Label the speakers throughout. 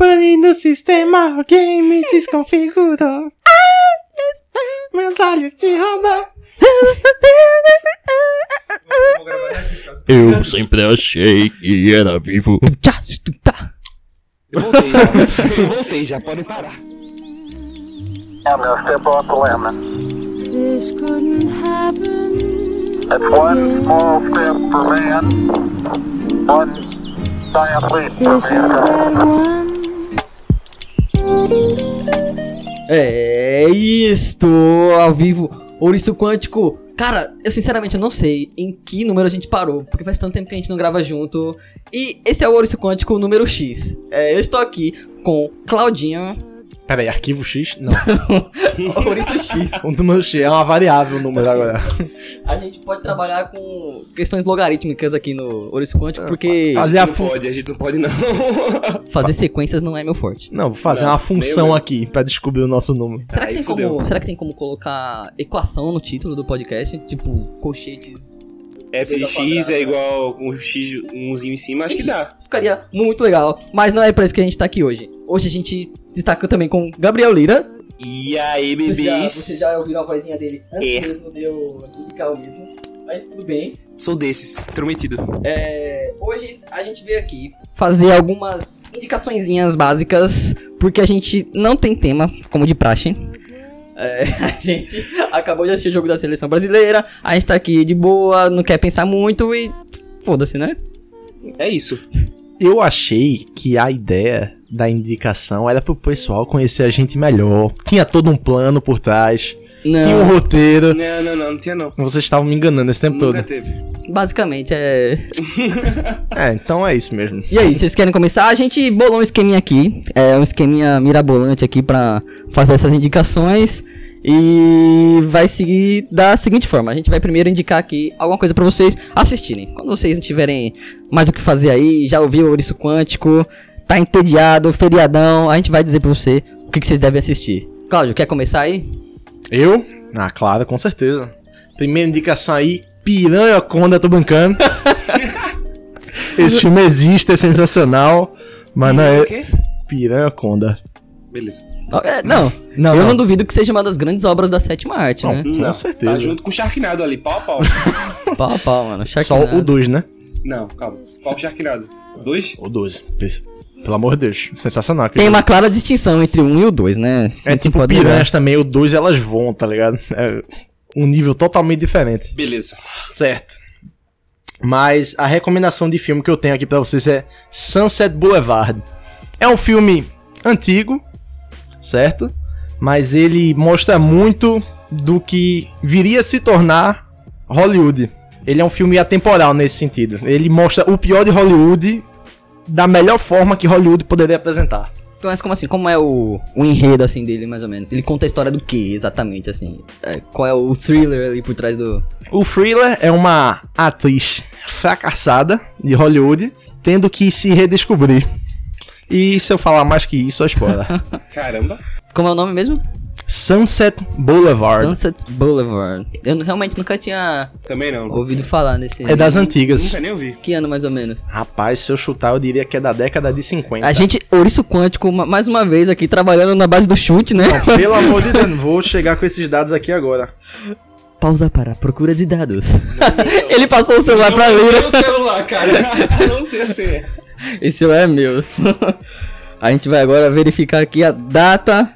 Speaker 1: Entrei no sistema, alguém me desconfigurou. Meus olhos te roubam.
Speaker 2: Eu sempre achei que era vivo.
Speaker 3: Eu voltei já. Eu voltei já, podem parar.
Speaker 4: Now step off the landing.
Speaker 5: This couldn't happen.
Speaker 4: That's one small step for man, one giant leap
Speaker 5: This is
Speaker 4: for mankind.
Speaker 5: that one.
Speaker 6: É isto, ao vivo, Ouriço Quântico. Cara, eu sinceramente eu não sei em que número a gente parou, porque faz tanto tempo que a gente não grava junto. E esse é o Ouriço Quântico número X. É, eu estou aqui com Claudinha,
Speaker 7: Pera aí, arquivo X? Não.
Speaker 6: Ouriço X.
Speaker 7: O número X é uma variável o número agora.
Speaker 6: A gente pode trabalhar com questões logarítmicas aqui no Ouriço Quântico, porque
Speaker 7: Fazer a
Speaker 3: não
Speaker 7: fu-
Speaker 3: pode, a gente não pode não.
Speaker 6: fazer sequências não é meu forte.
Speaker 7: Não, vou fazer
Speaker 3: Não,
Speaker 7: uma
Speaker 3: nem
Speaker 7: função
Speaker 3: eu.
Speaker 7: aqui pra descobrir o nosso número.
Speaker 6: Será que,
Speaker 3: Aí
Speaker 6: tem
Speaker 3: fudeu.
Speaker 6: como, será que tem como colocar equação no título do podcast? Tipo, colchetes.
Speaker 3: F de X é igual com o X umzinho em cima, acho que dá.
Speaker 6: Ficaria muito legal. Mas não é pra isso que a gente tá aqui hoje. Hoje a gente destaca também com Gabriel Lira.
Speaker 3: E aí,
Speaker 6: Vocês já,
Speaker 3: bebês?
Speaker 6: vocês já ouviram a vozinha dele antes
Speaker 3: É.
Speaker 6: mesmo de eu indicar o mesmo. Mas tudo bem.
Speaker 3: Sou desses, intrometido.
Speaker 6: É, hoje a gente veio aqui fazer algumas indicaçõezinhas básicas, porque a gente não tem tema, como de praxe. É, a gente acabou de assistir o jogo da seleção brasileira, a gente tá aqui de boa, não quer pensar muito e foda-se, né?
Speaker 3: É isso.
Speaker 7: Eu achei que a ideia da indicação era pro pessoal conhecer a gente melhor. Tinha todo um plano por trás, tinha um
Speaker 6: Não,
Speaker 7: roteiro.
Speaker 3: Não, não, não, não tinha não.
Speaker 7: Vocês estavam me enganando esse tempo
Speaker 3: Nunca
Speaker 7: todo.
Speaker 3: teve.
Speaker 6: basicamente é.
Speaker 7: É, então é isso mesmo.
Speaker 6: E aí, vocês querem começar? A gente bolou um esqueminha aqui, é um esqueminha mirabolante aqui pra fazer essas indicações e vai seguir da seguinte forma: a gente vai primeiro indicar aqui alguma coisa pra vocês assistirem. Quando vocês não tiverem mais o que fazer aí, já ouviu o Ouriço Quântico, tá entediado, feriadão, a gente vai dizer pra você o que, que vocês devem assistir. Cláudio, quer começar aí?
Speaker 7: Eu? Ah, claro, com certeza. Primeira indicação aí, Piranha Conda, tô brincando. Esse filme existe, é sensacional. Mas não é.
Speaker 3: O quê?
Speaker 7: Piranha Conda.
Speaker 3: Beleza.
Speaker 6: Ó, é, não,
Speaker 7: Não,
Speaker 6: eu não. duvido que seja uma das grandes obras da sétima arte,
Speaker 7: Não,
Speaker 6: né?
Speaker 7: Com
Speaker 3: Não,
Speaker 7: certeza.
Speaker 3: Tá junto com o Sharknado ali, pau a pau.
Speaker 6: Pau a pau, mano.
Speaker 7: Só
Speaker 6: Sharknado.
Speaker 7: o 2, né?
Speaker 3: não, calma. Qual o Sharknado? Dois?
Speaker 7: O 12. Pelo amor de Deus. Sensacional. aquele
Speaker 6: Tem
Speaker 7: jogo.
Speaker 6: uma clara distinção entre o 1 e o 2, né?
Speaker 7: É
Speaker 6: Não
Speaker 7: tipo
Speaker 6: pode
Speaker 7: piranhas também, o 2 elas voam, tá ligado? É um nível totalmente diferente.
Speaker 3: Beleza.
Speaker 7: Certo. Mas a recomendação de filme que eu tenho aqui pra vocês é Sunset Boulevard. É um filme antigo, certo? Mas ele mostra muito do que viria a se tornar Hollywood. Ele é um filme atemporal nesse sentido. Ele mostra o pior de Hollywood da melhor forma que Hollywood poderia apresentar.
Speaker 6: Então, mas como assim? Como é o, o enredo, assim, dele, mais ou menos? Ele conta a história do que, exatamente, assim? É, qual é o thriller ali por trás do...
Speaker 7: O Thriller é uma atriz fracassada de Hollywood, tendo que se redescobrir. E se eu falar mais que isso, é spoiler.
Speaker 3: Caramba.
Speaker 6: Como é o nome mesmo?
Speaker 7: Sunset Boulevard.
Speaker 6: Sunset Boulevard. Eu n- realmente nunca tinha
Speaker 3: Também não.
Speaker 6: ouvido falar nesse...
Speaker 7: É das antigas.
Speaker 3: Nunca nem ouvi.
Speaker 6: Que ano, mais ou menos?
Speaker 7: Rapaz, se eu chutar, eu diria que é da década de 50.
Speaker 6: A gente, Ouriço Quântico, ma- mais uma vez aqui, trabalhando na base do chute, né?
Speaker 7: Pelo amor de Deus, vou chegar com esses dados aqui agora.
Speaker 6: Pausa para a procura de dados. Ele passou o celular pra
Speaker 3: Não,
Speaker 6: Lira.
Speaker 3: Meu um celular, cara. não sei assim.
Speaker 6: Esse lá é meu. a gente vai agora verificar aqui a data.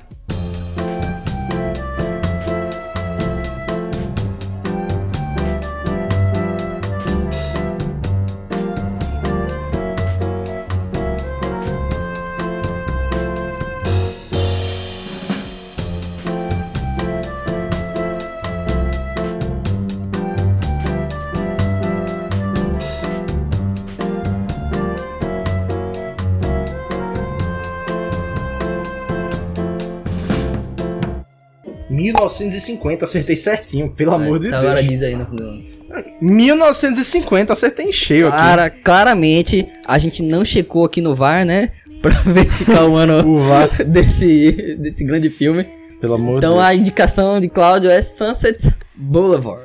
Speaker 7: acertei certinho, pelo amor de
Speaker 6: Tá, Agora
Speaker 7: Deus.
Speaker 6: diz aí no. no-
Speaker 7: 1950, acertei em cheio aqui.
Speaker 6: Cara, claramente a gente não checou aqui no VAR, né? Pra verificar o um ano
Speaker 7: O VAR.
Speaker 6: desse, desse grande filme.
Speaker 7: Pelo amor
Speaker 6: Então
Speaker 7: de Deus.
Speaker 6: a indicação de Cláudio é Sunset Boulevard.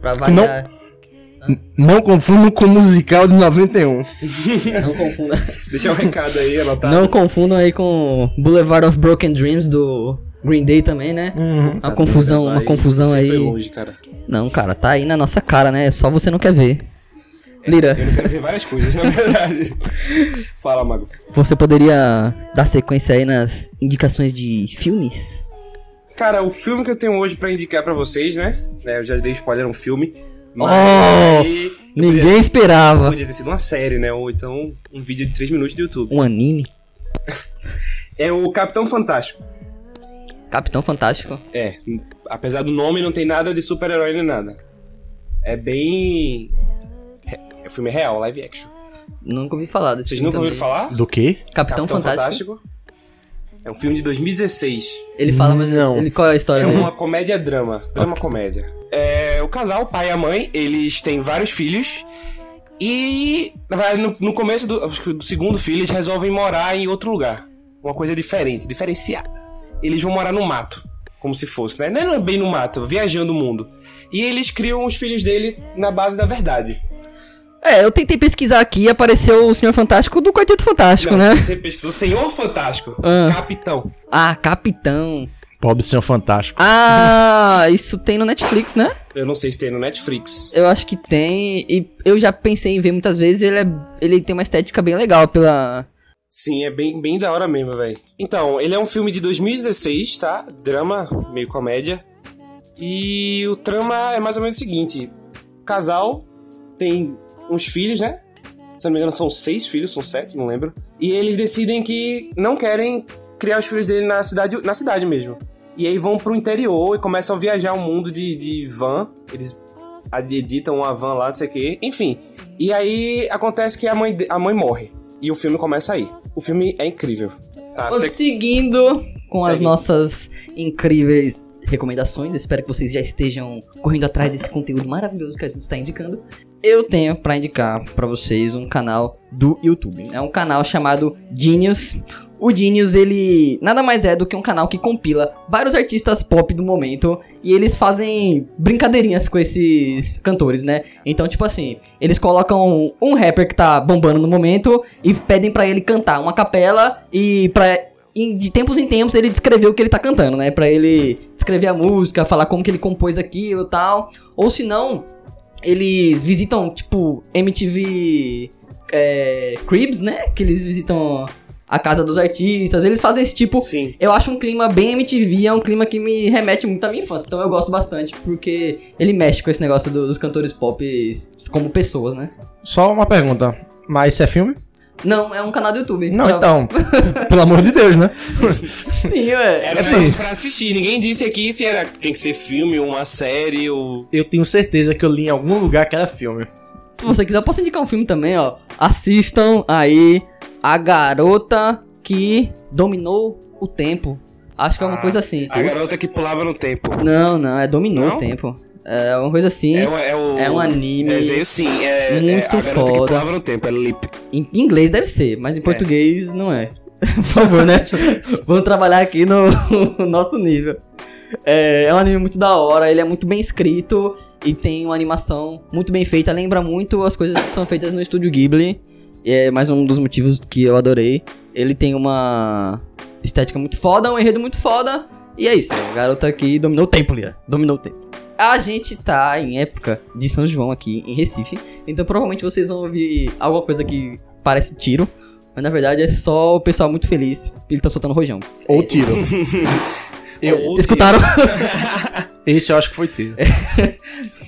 Speaker 6: Pra variar.
Speaker 7: N- Não confundam com o musical de 91.
Speaker 6: Não confunda.
Speaker 8: Deixar um recado aí, anotado.
Speaker 6: Não confundam aí com Boulevard of Broken Dreams do Green Day também, né?
Speaker 7: Uhum.
Speaker 8: Tá
Speaker 6: Uma confusão, uma
Speaker 8: Vai,
Speaker 6: confusão
Speaker 8: né? você
Speaker 6: aí.
Speaker 8: Foi longe, cara.
Speaker 6: Não, cara, tá aí na nossa cara, né? Só você não quer ver. Lira,
Speaker 8: Eu quero ver várias coisas, na verdade. Fala, Mago.
Speaker 6: você poderia dar sequência aí nas indicações de filmes?
Speaker 8: Cara, o filme que eu tenho hoje pra indicar pra vocês, né? né, eu já dei spoiler, é um filme. Mas
Speaker 6: Oh!
Speaker 8: aí
Speaker 6: Ninguém esperava.
Speaker 8: podia ter sido uma série, né? Ou então um vídeo de 3 minutos do YouTube.
Speaker 6: Um anime?
Speaker 8: É o Capitão Fantástico.
Speaker 6: Capitão Fantástico.
Speaker 8: É, apesar do nome, não tem nada de super-herói nem nada. É bem. É, o filme é real, live action.
Speaker 6: Nunca ouvi falar desse
Speaker 8: Vocês
Speaker 6: filme
Speaker 8: nunca ouviram
Speaker 6: também.
Speaker 8: falar?
Speaker 7: Do quê?
Speaker 6: Capitão, Fantástico.
Speaker 8: É um filme de 2016.
Speaker 6: Ele fala, mas
Speaker 7: Não.
Speaker 6: ele, qual é a história?
Speaker 8: É
Speaker 6: mesmo?
Speaker 8: uma comédia-drama. Drama-comédia. É, o casal, o pai e a mãe, eles têm vários filhos. E, na verdade, no, no começo do, acho que do segundo filho, eles resolvem morar em outro lugar. Uma coisa diferente, diferenciada. Eles vão morar no mato. Como se fosse, né? Não é bem no mato, viajando o mundo. E eles criam os filhos dele na base da verdade.
Speaker 6: É, eu tentei pesquisar aqui e apareceu o Senhor Fantástico do Quarteto Fantástico,
Speaker 8: Não,
Speaker 6: né?
Speaker 8: Você pesquisou Senhor Fantástico.
Speaker 6: Ah.
Speaker 8: Capitão.
Speaker 6: Ah, Capitão.
Speaker 7: Pobre Senhor Fantástico.
Speaker 6: Ah, isso tem no Netflix, né?
Speaker 8: Eu não sei se tem no Netflix.
Speaker 6: Eu acho que tem. E eu já pensei em ver muitas vezes. Ele, é, ele tem uma estética bem legal pela.
Speaker 8: Sim, é bem, bem da hora mesmo, velho. Então, ele é um filme de 2016, tá? Drama, meio comédia. E o trama é mais ou menos o seguinte: o casal tem uns filhos, né? Se eu não me engano, são seis filhos, são sete, não lembro. E eles decidem que não querem criar os filhos dele na cidade, na cidade mesmo. E aí vão pro interior e começam a viajar o mundo de, de van. Eles editam uma van lá, não sei o quê. Enfim. E aí acontece que a mãe, de- a mãe morre. E o filme começa aí. O filme é incrível. Tá, você-
Speaker 6: Seguindo com as
Speaker 8: Segue.
Speaker 6: nossas incríveis recomendações. Eu espero que vocês já estejam correndo atrás desse conteúdo maravilhoso que a gente está indicando. Eu tenho pra indicar pra vocês um canal do YouTube. É um canal chamado Genius. O Genius, ele nada mais é do que um canal que compila vários artistas pop do momento e eles fazem brincadeirinhas com esses cantores, né? Então, tipo assim, eles colocam um rapper que tá bombando no momento e pedem pra ele cantar uma capela e pra em- de tempos em tempos ele descrever o que ele tá cantando, né? Pra ele descrever a música, falar como que ele compôs aquilo e tal. Ou se não, eles visitam, tipo, MTV é, Cribs, né? Que eles visitam a casa dos artistas. Eles fazem esse tipo
Speaker 8: Sim.
Speaker 6: eu acho um clima bem MTV, é um clima que me remete muito à minha infância, então eu gosto bastante, porque ele mexe com esse negócio do- dos cantores pop como pessoas, né?
Speaker 7: Só uma pergunta. Mas isso é filme?
Speaker 6: Não, é um canal do YouTube.
Speaker 7: Não,
Speaker 6: Pra-
Speaker 7: então. pelo amor de Deus, né?
Speaker 6: Sim, é.
Speaker 8: Era
Speaker 7: Sim.
Speaker 8: pra- pra assistir. Ninguém disse aqui se era tem que ser filme, uma série ou
Speaker 7: Eu tenho certeza que eu li em algum lugar que era filme.
Speaker 6: Se você quiser, eu posso indicar um filme também, ó. Assistam aí A Garota que Dominou o Tempo. Acho que é uma
Speaker 8: Ah,
Speaker 6: coisa assim.
Speaker 8: A garota que pulava no tempo.
Speaker 6: Não, não, é Dominou
Speaker 8: Não?
Speaker 6: o Tempo. É uma coisa assim.
Speaker 8: É, uma- é o.
Speaker 6: É um anime.
Speaker 8: É, desenho, sim, é, é a
Speaker 6: Muito
Speaker 8: garota que
Speaker 6: foda.
Speaker 8: pulava no tempo, é Lip.
Speaker 6: Em inglês deve ser, mas em português não é. Por favor, né? Vamos trabalhar aqui no, no nosso nível. É, é um anime muito da hora, ele é muito bem escrito e tem uma animação muito bem feita. Lembra muito as coisas que são feitas no estúdio Ghibli. E é mais um dos motivos que eu adorei. Ele tem uma estética muito foda, um enredo muito foda. E é isso, a garota aqui dominou o tempo, Lira. Dominou o tempo. A gente tá em época de São João aqui em Recife, então provavelmente vocês vão ouvir alguma coisa que parece tiro, mas na verdade é só o pessoal muito feliz, ele tá soltando rojão. É,
Speaker 7: Ou tiro.
Speaker 8: Eu
Speaker 6: Escutaram?
Speaker 7: Esse eu acho que foi tiro.
Speaker 6: É.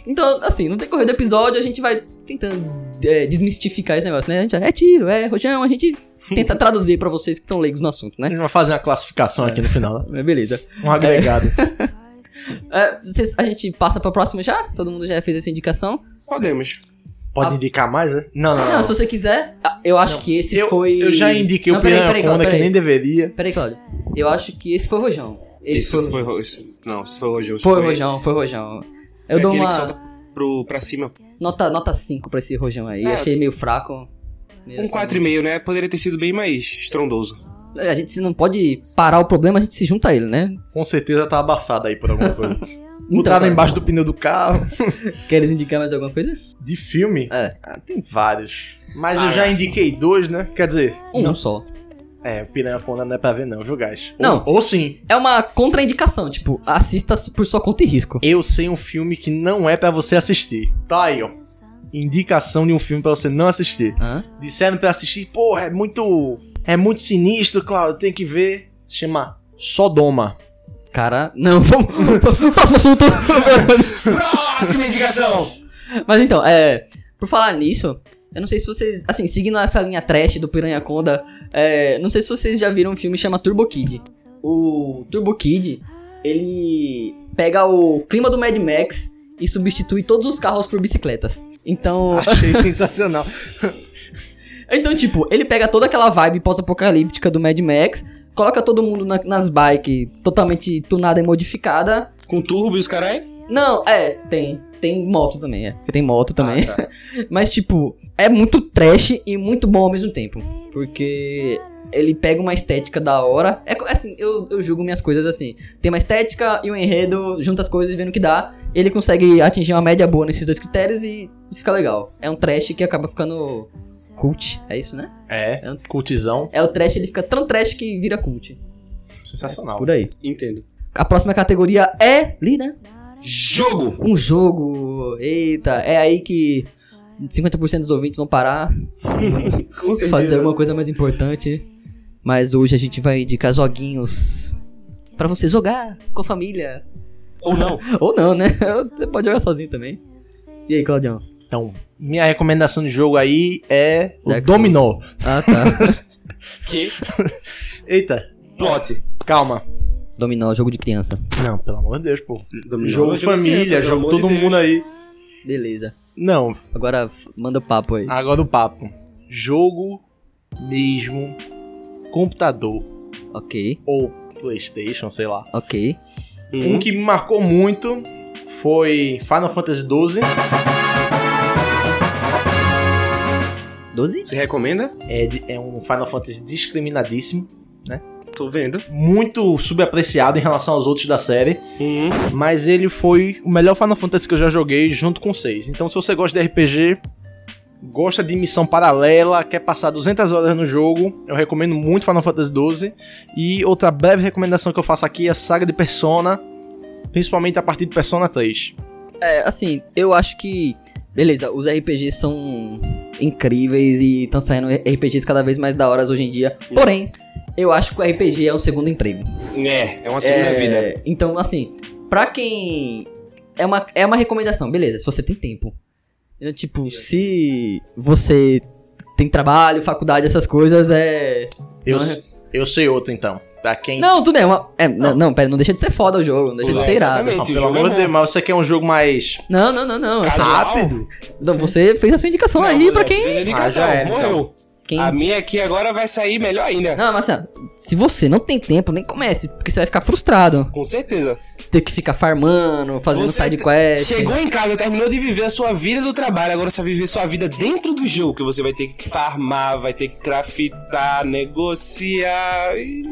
Speaker 6: Então, assim, no decorrer do episódio a gente vai tentando é, desmistificar esse negócio, né? A gente, é tiro, é rojão, a gente tenta traduzir pra vocês que são leigos no assunto,
Speaker 7: A
Speaker 6: né?
Speaker 7: gente vai fazer uma classificação aqui no final. né?
Speaker 6: Mas Beleza.
Speaker 7: Um agregado.
Speaker 6: É, vocês- a gente passa pra próxima já? Todo mundo já fez essa indicação?
Speaker 8: Podemos.
Speaker 7: Pode indicar mais, né? Não, não, não.
Speaker 6: Ah. Não, se você quiser, ah, eu acho que esse
Speaker 7: eu,
Speaker 6: foi.
Speaker 7: eu já indiquei
Speaker 6: Não,
Speaker 7: o
Speaker 6: peraí,
Speaker 7: Piranha
Speaker 6: peraí,
Speaker 7: Conda que
Speaker 6: peraí.
Speaker 7: nem deveria.
Speaker 6: Peraí, Claudio. Eu acho que esse foi o Rojão. Esse
Speaker 8: Isso
Speaker 6: foi,
Speaker 8: foi. ro- isso- Não, isso foi hoje. isso
Speaker 6: foi o Rojão, foi o Rojão.
Speaker 8: foi
Speaker 6: Eu dou
Speaker 8: aquele
Speaker 6: uma
Speaker 8: que solta pro, pra cima.
Speaker 6: nota, nota 5 pra esse Rojão aí.
Speaker 8: É,
Speaker 6: Achei meio fraco. Meio
Speaker 8: Um
Speaker 6: assim.
Speaker 8: 4,5, né? Poderia ter sido bem mais estrondoso.
Speaker 6: É, A gente se não pode parar o problema, a gente se junta a ele, né?
Speaker 7: Com certeza tá abafado aí por alguma coisa.
Speaker 6: Então,
Speaker 7: Botaram
Speaker 6: cara,
Speaker 7: embaixo do pneu do carro.
Speaker 6: Queres indicar mais alguma coisa?
Speaker 7: De filme?
Speaker 6: É. Ah.
Speaker 7: Ah, tem vários. Mas eu já indiquei dois, né? Quer dizer,
Speaker 6: Um só.
Speaker 7: é, Piranha Pona não é pra ver, não, jogás.
Speaker 6: Não.
Speaker 7: Ou, ou sim.
Speaker 6: É uma contraindicação, tipo, assista por sua conta e risco.
Speaker 7: Eu sei um filme que não é pra você assistir. Tá aí, ó. Indicação de um filme pra você não assistir.
Speaker 6: Hã?
Speaker 7: Disseram pra assistir, porra, é muito. É muito sinistro, Claudio, tem que ver. Se chama Sodoma.
Speaker 6: Cara, não, vamos. Próximo assunto.
Speaker 8: Próxima indicação!
Speaker 6: Mas então, é. Por falar nisso, eu não sei se vocês. Assim, seguindo essa linha trash do Piranha Conda, é, não sei se vocês já viram um filme que chama Turbo Kid. O Turbo Kid, ele pega o clima do Mad Max e substitui todos os carros por bicicletas. Então.
Speaker 7: Achei sensacional.
Speaker 6: Então, tipo, ele pega toda aquela vibe pós-apocalíptica do Mad Max, coloca todo mundo na- nas bikes totalmente tunada e modificada.
Speaker 8: Com turbo e os caralho?
Speaker 6: Não, é, tem. Tem moto também, é. Porque tem moto também.
Speaker 8: Ah, tá.
Speaker 6: Mas, tipo, é muito trash e muito bom ao mesmo tempo. Porque ele pega uma estética da hora. É co- assim, eu, eu julgo minhas coisas assim. Tem uma estética e um enredo, junta as coisas, vendo o que dá. Ele consegue atingir uma média boa nesses dois critérios e fica legal. É um trash que acaba ficando cult, é isso, né?
Speaker 7: É, cultizão.
Speaker 6: É o trash, ele fica tão trash que vira cult.
Speaker 7: Sensacional.
Speaker 6: Por aí.
Speaker 8: Entendo.
Speaker 6: A próxima categoria é. Lina.
Speaker 8: Jogo!
Speaker 6: Um jogo. Eita, é aí que 50% dos ouvintes vão parar,
Speaker 8: Com certeza.
Speaker 6: fazer alguma coisa mais importante. Mas hoje a gente vai indicar joguinhos pra você jogar com a família.
Speaker 8: Ou não.
Speaker 6: Ou não, né? Você pode jogar sozinho também. E aí, Claudião?
Speaker 7: Então, minha recomendação de jogo aí é o
Speaker 6: Dark
Speaker 7: Dominó.
Speaker 6: Souls. Ah, tá.
Speaker 8: Que
Speaker 7: Eita,
Speaker 8: plot.
Speaker 7: calma.
Speaker 6: Dominó, jogo de criança.
Speaker 7: Não, pelo amor de Deus, pô.
Speaker 8: Dominó é
Speaker 7: jogo
Speaker 8: um jogo
Speaker 7: família,
Speaker 8: criança, pelo
Speaker 7: jogo
Speaker 8: amor
Speaker 7: todo
Speaker 8: de
Speaker 7: mundo
Speaker 8: Deus.
Speaker 7: aí.
Speaker 6: Beleza.
Speaker 7: Não,
Speaker 6: Agora f- manda o papo
Speaker 8: Ah.
Speaker 6: aí.
Speaker 7: agora o papo. Jogo mesmo, computador
Speaker 6: Ok,
Speaker 7: ou Playstation, sei lá.
Speaker 6: ok.
Speaker 8: Hum.
Speaker 7: Um que me marcou muito foi Final Fantasy XII.
Speaker 6: 12?
Speaker 8: Você recomenda?
Speaker 7: É, de- é um Final Fantasy discriminadíssimo.
Speaker 8: Tô vendo.
Speaker 7: Muito subapreciado em relação aos outros da série.
Speaker 8: Uhum.
Speaker 7: Mas ele foi o melhor Final Fantasy que eu já joguei junto com 6. Então se você gosta de RPG, gosta de missão paralela, quer passar 200 horas no jogo, eu recomendo muito Final Fantasy XII. E outra breve recomendação que eu faço aqui é a saga de Persona, principalmente a partir de Persona 3.
Speaker 6: É, assim, eu acho que. Beleza, os RPGs são incríveis e estão saindo RPGs cada vez mais da horas hoje em dia. Porém, eu acho que o RPG é um segundo emprego.
Speaker 8: É, é uma segunda
Speaker 6: É,
Speaker 8: vida.
Speaker 6: Então, assim, pra quem. É uma, é uma recomendação, beleza, se você tem tempo. Eu, tipo, se você tem trabalho, faculdade, essas coisas, é.
Speaker 7: Eu,
Speaker 6: Não é?
Speaker 7: eu sei outra então. Pra quem.
Speaker 6: Não, tudo bem. é uma- É, não, não, pera, não deixa de ser foda o jogo, não deixa de
Speaker 8: É,
Speaker 6: ser irado.
Speaker 8: exatamente.
Speaker 7: Não,
Speaker 8: gente, o
Speaker 7: pelo
Speaker 8: jogo é
Speaker 7: amor de
Speaker 8: bom.
Speaker 7: Deus, mas você quer um jogo mais
Speaker 6: Não, não, não, não. essa-
Speaker 8: Casual?
Speaker 7: rápido?
Speaker 6: não, Você fez a sua indicação aí
Speaker 8: Não,
Speaker 6: pra
Speaker 8: Léo, você
Speaker 6: quem.
Speaker 8: fez a indicação,
Speaker 7: Ah, já era,
Speaker 8: morreu.
Speaker 6: quem...
Speaker 8: A minha aqui agora vai sair melhor ainda.
Speaker 6: Não, mas assim, ó, se você não tem tempo, nem comece, porque você vai ficar frustrado.
Speaker 8: Com certeza.
Speaker 6: Ter que ficar farmando, fazendo
Speaker 8: Você
Speaker 6: sidequest.
Speaker 8: Chegou em casa, terminou de viver a sua vida do trabalho, agora você vai viver sua vida dentro do jogo, que você vai ter que farmar, vai ter que craftar, negociar. e-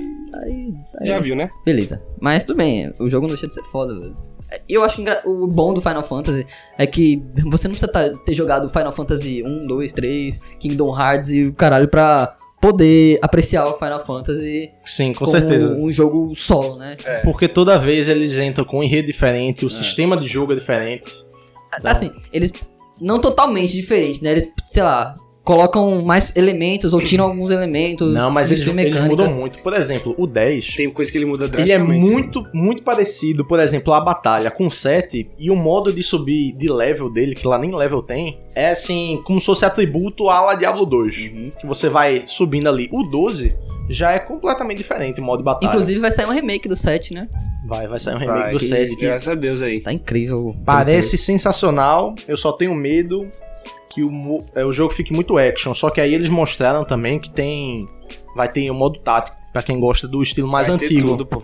Speaker 6: É.
Speaker 8: Já viu, né?
Speaker 6: Beleza. Mas tudo bem, o jogo não deixa de ser foda, velho. É, Eu acho que engra- o bom do Final Fantasy é que você não precisa tá- ter jogado Final Fantasy 1, 2, 3, Kingdom Hearts e o caralho pra poder apreciar o Final Fantasy
Speaker 7: Sim, com
Speaker 6: como
Speaker 7: certeza.
Speaker 6: um jogo solo, né?
Speaker 7: Porque toda vez eles entram com um enredo diferente, o sistema de jogo é diferente. Tá.
Speaker 6: Assim, eles não totalmente diferentes, né? Eles, sei lá, colocam mais elementos ou tiram alguns elementos.
Speaker 7: Não, mas eles,
Speaker 6: substituem
Speaker 7: eles
Speaker 6: mecânicas.
Speaker 7: mudam muito. Por exemplo, o 10,
Speaker 8: Tem coisa que ele muda
Speaker 7: ele é
Speaker 8: drasticamente.
Speaker 7: muito, muito parecido, por exemplo, a batalha com o 7 e o modo de subir de level dele, que lá nem level tem, é assim, como se fosse atributo à la Diablo 2, que você vai subindo ali. O 12 já é completamente diferente o modo de batalha.
Speaker 6: Inclusive vai sair um remake do set, né?
Speaker 7: vai, vai sair um remake
Speaker 8: Vai,
Speaker 7: do
Speaker 8: que- é
Speaker 7: 7 que
Speaker 8: Graças a Deus aí.
Speaker 6: Tá incrível.
Speaker 7: Parece sensacional, eu só tenho medo que o, mo- é, o jogo fique muito action. Só que aí eles mostraram também que tem. Vai ter o modo tático, pra quem gosta do estilo mais
Speaker 8: Vai ter
Speaker 7: antigo.
Speaker 8: tudo, pô.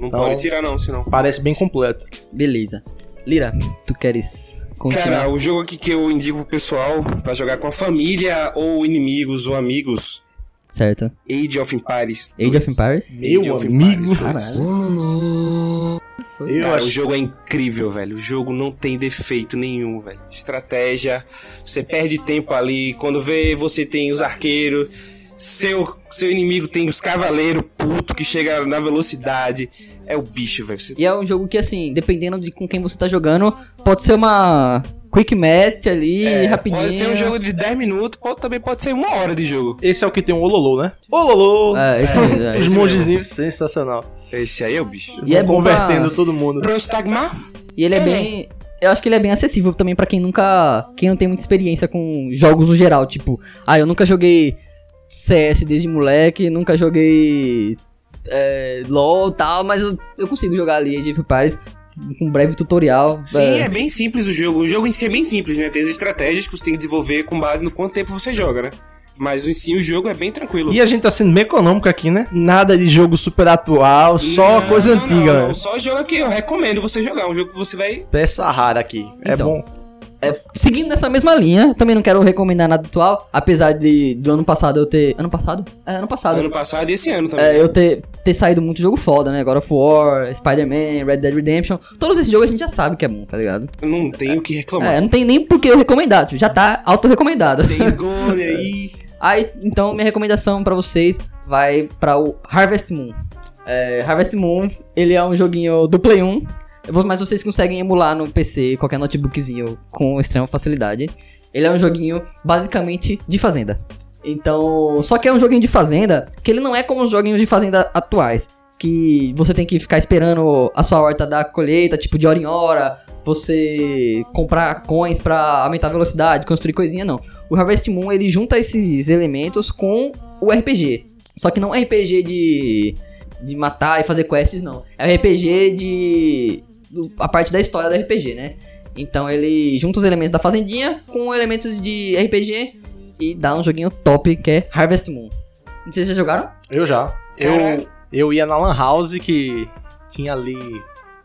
Speaker 8: Não
Speaker 7: Então-
Speaker 8: pode tirar, não, senão.
Speaker 7: Parece bem completo.
Speaker 6: Beleza. Lira, tu queres continuar?
Speaker 8: Cara, o jogo aqui que eu indico pro pessoal pra jogar com a família ou inimigos ou amigos,
Speaker 6: Certo.
Speaker 8: Age of Empires.
Speaker 6: Age of Empires?
Speaker 7: Meu
Speaker 8: Age of
Speaker 7: amigo.
Speaker 8: Empires dois.
Speaker 6: Caralho. foi?
Speaker 7: Eu
Speaker 8: Cara, o
Speaker 7: acho.
Speaker 8: jogo é incrível, velho. O jogo não tem defeito nenhum, velho. Estratégia, você perde tempo ali. Quando vê, você tem os arqueiros. Seu, seu inimigo tem os cavaleiros puto que chega na velocidade. É o bicho, velho. Você-
Speaker 6: E é um jogo que, assim, dependendo de com quem você tá jogando, pode ser uma quick match ali, rapidinho.
Speaker 8: Pode ser um jogo de 10 minutos, pode, também pode ser uma hora de jogo.
Speaker 7: Esse é o que tem o Ololô, né? Ololô!
Speaker 6: É, esse mesmo, é.
Speaker 7: Os
Speaker 8: esse
Speaker 7: mongezinhos, sensacional.
Speaker 8: Esse aí é o bicho.
Speaker 6: E é bom pra-
Speaker 7: Convertendo todo mundo.
Speaker 8: Prostagma?
Speaker 6: E ele é bem. Eu acho que ele é bem acessível também pra quem nunca. Quem não tem muita experiência com jogos no geral. Tipo, ah, eu nunca joguei CS desde moleque, nunca joguei. É, LOL e tal, mas eu, eu consigo jogar ali Age of Empires com um breve tutorial.
Speaker 8: Sim, é bem simples o jogo. O jogo em si é bem simples, né? Tem as estratégias que você tem que desenvolver com base no quanto tempo você joga, né? Mas em si o jogo é bem tranquilo.
Speaker 7: E a gente tá sendo bem econômico aqui, né? Nada de jogo super atual, só
Speaker 8: Não,
Speaker 7: coisa
Speaker 8: não,
Speaker 7: antiga, né?
Speaker 8: não,
Speaker 7: velho.
Speaker 8: Só jogo que eu recomendo você jogar. Um jogo que você vai.
Speaker 7: Peça rara aqui. é
Speaker 6: Então.
Speaker 7: bom.
Speaker 6: Seguindo nessa mesma linha, também não quero recomendar nada atual, apesar de do ano passado eu ter. Ano passado? É, ano passado.
Speaker 8: Ano passado e esse ano também.
Speaker 6: É, eu ter, ter saído muito jogo foda, né? God of War, Spider-Man, Red Dead Redemption. Todos esses jogos a gente já sabe que é bom, tá ligado?
Speaker 8: Não tenho o que reclamar.
Speaker 6: É, não tem nem por que eu recomendar, tipo, já tá auto-recomendado.
Speaker 8: Days Gone aí.
Speaker 6: Aí, então, minha recomendação pra vocês vai pra o Harvest Moon. É, Harvest Moon, ele é um joguinho do Play 1, mas vocês conseguem emular no PC, qualquer notebookzinho, com extrema facilidade. Ele é um joguinho, basicamente, de fazenda. Então, só que é um joguinho de fazenda, que ele não é como os joguinhos de fazenda atuais. Que você tem que ficar esperando a sua horta da colheita, tipo, de hora em hora. Você comprar coins pra aumentar a velocidade, construir coisinha, não. O Harvest Moon ele junta esses elementos com o RPG. Só que não é RPG de, de matar e fazer quests, não. É RPG de. do- a parte da história do RPG, né? Então ele junta os elementos da Fazendinha com elementos de RPG e dá um joguinho top que é Harvest Moon. Não sei se vocês jogaram?
Speaker 7: Eu já. Eu, eu ia na Lan House que tinha ali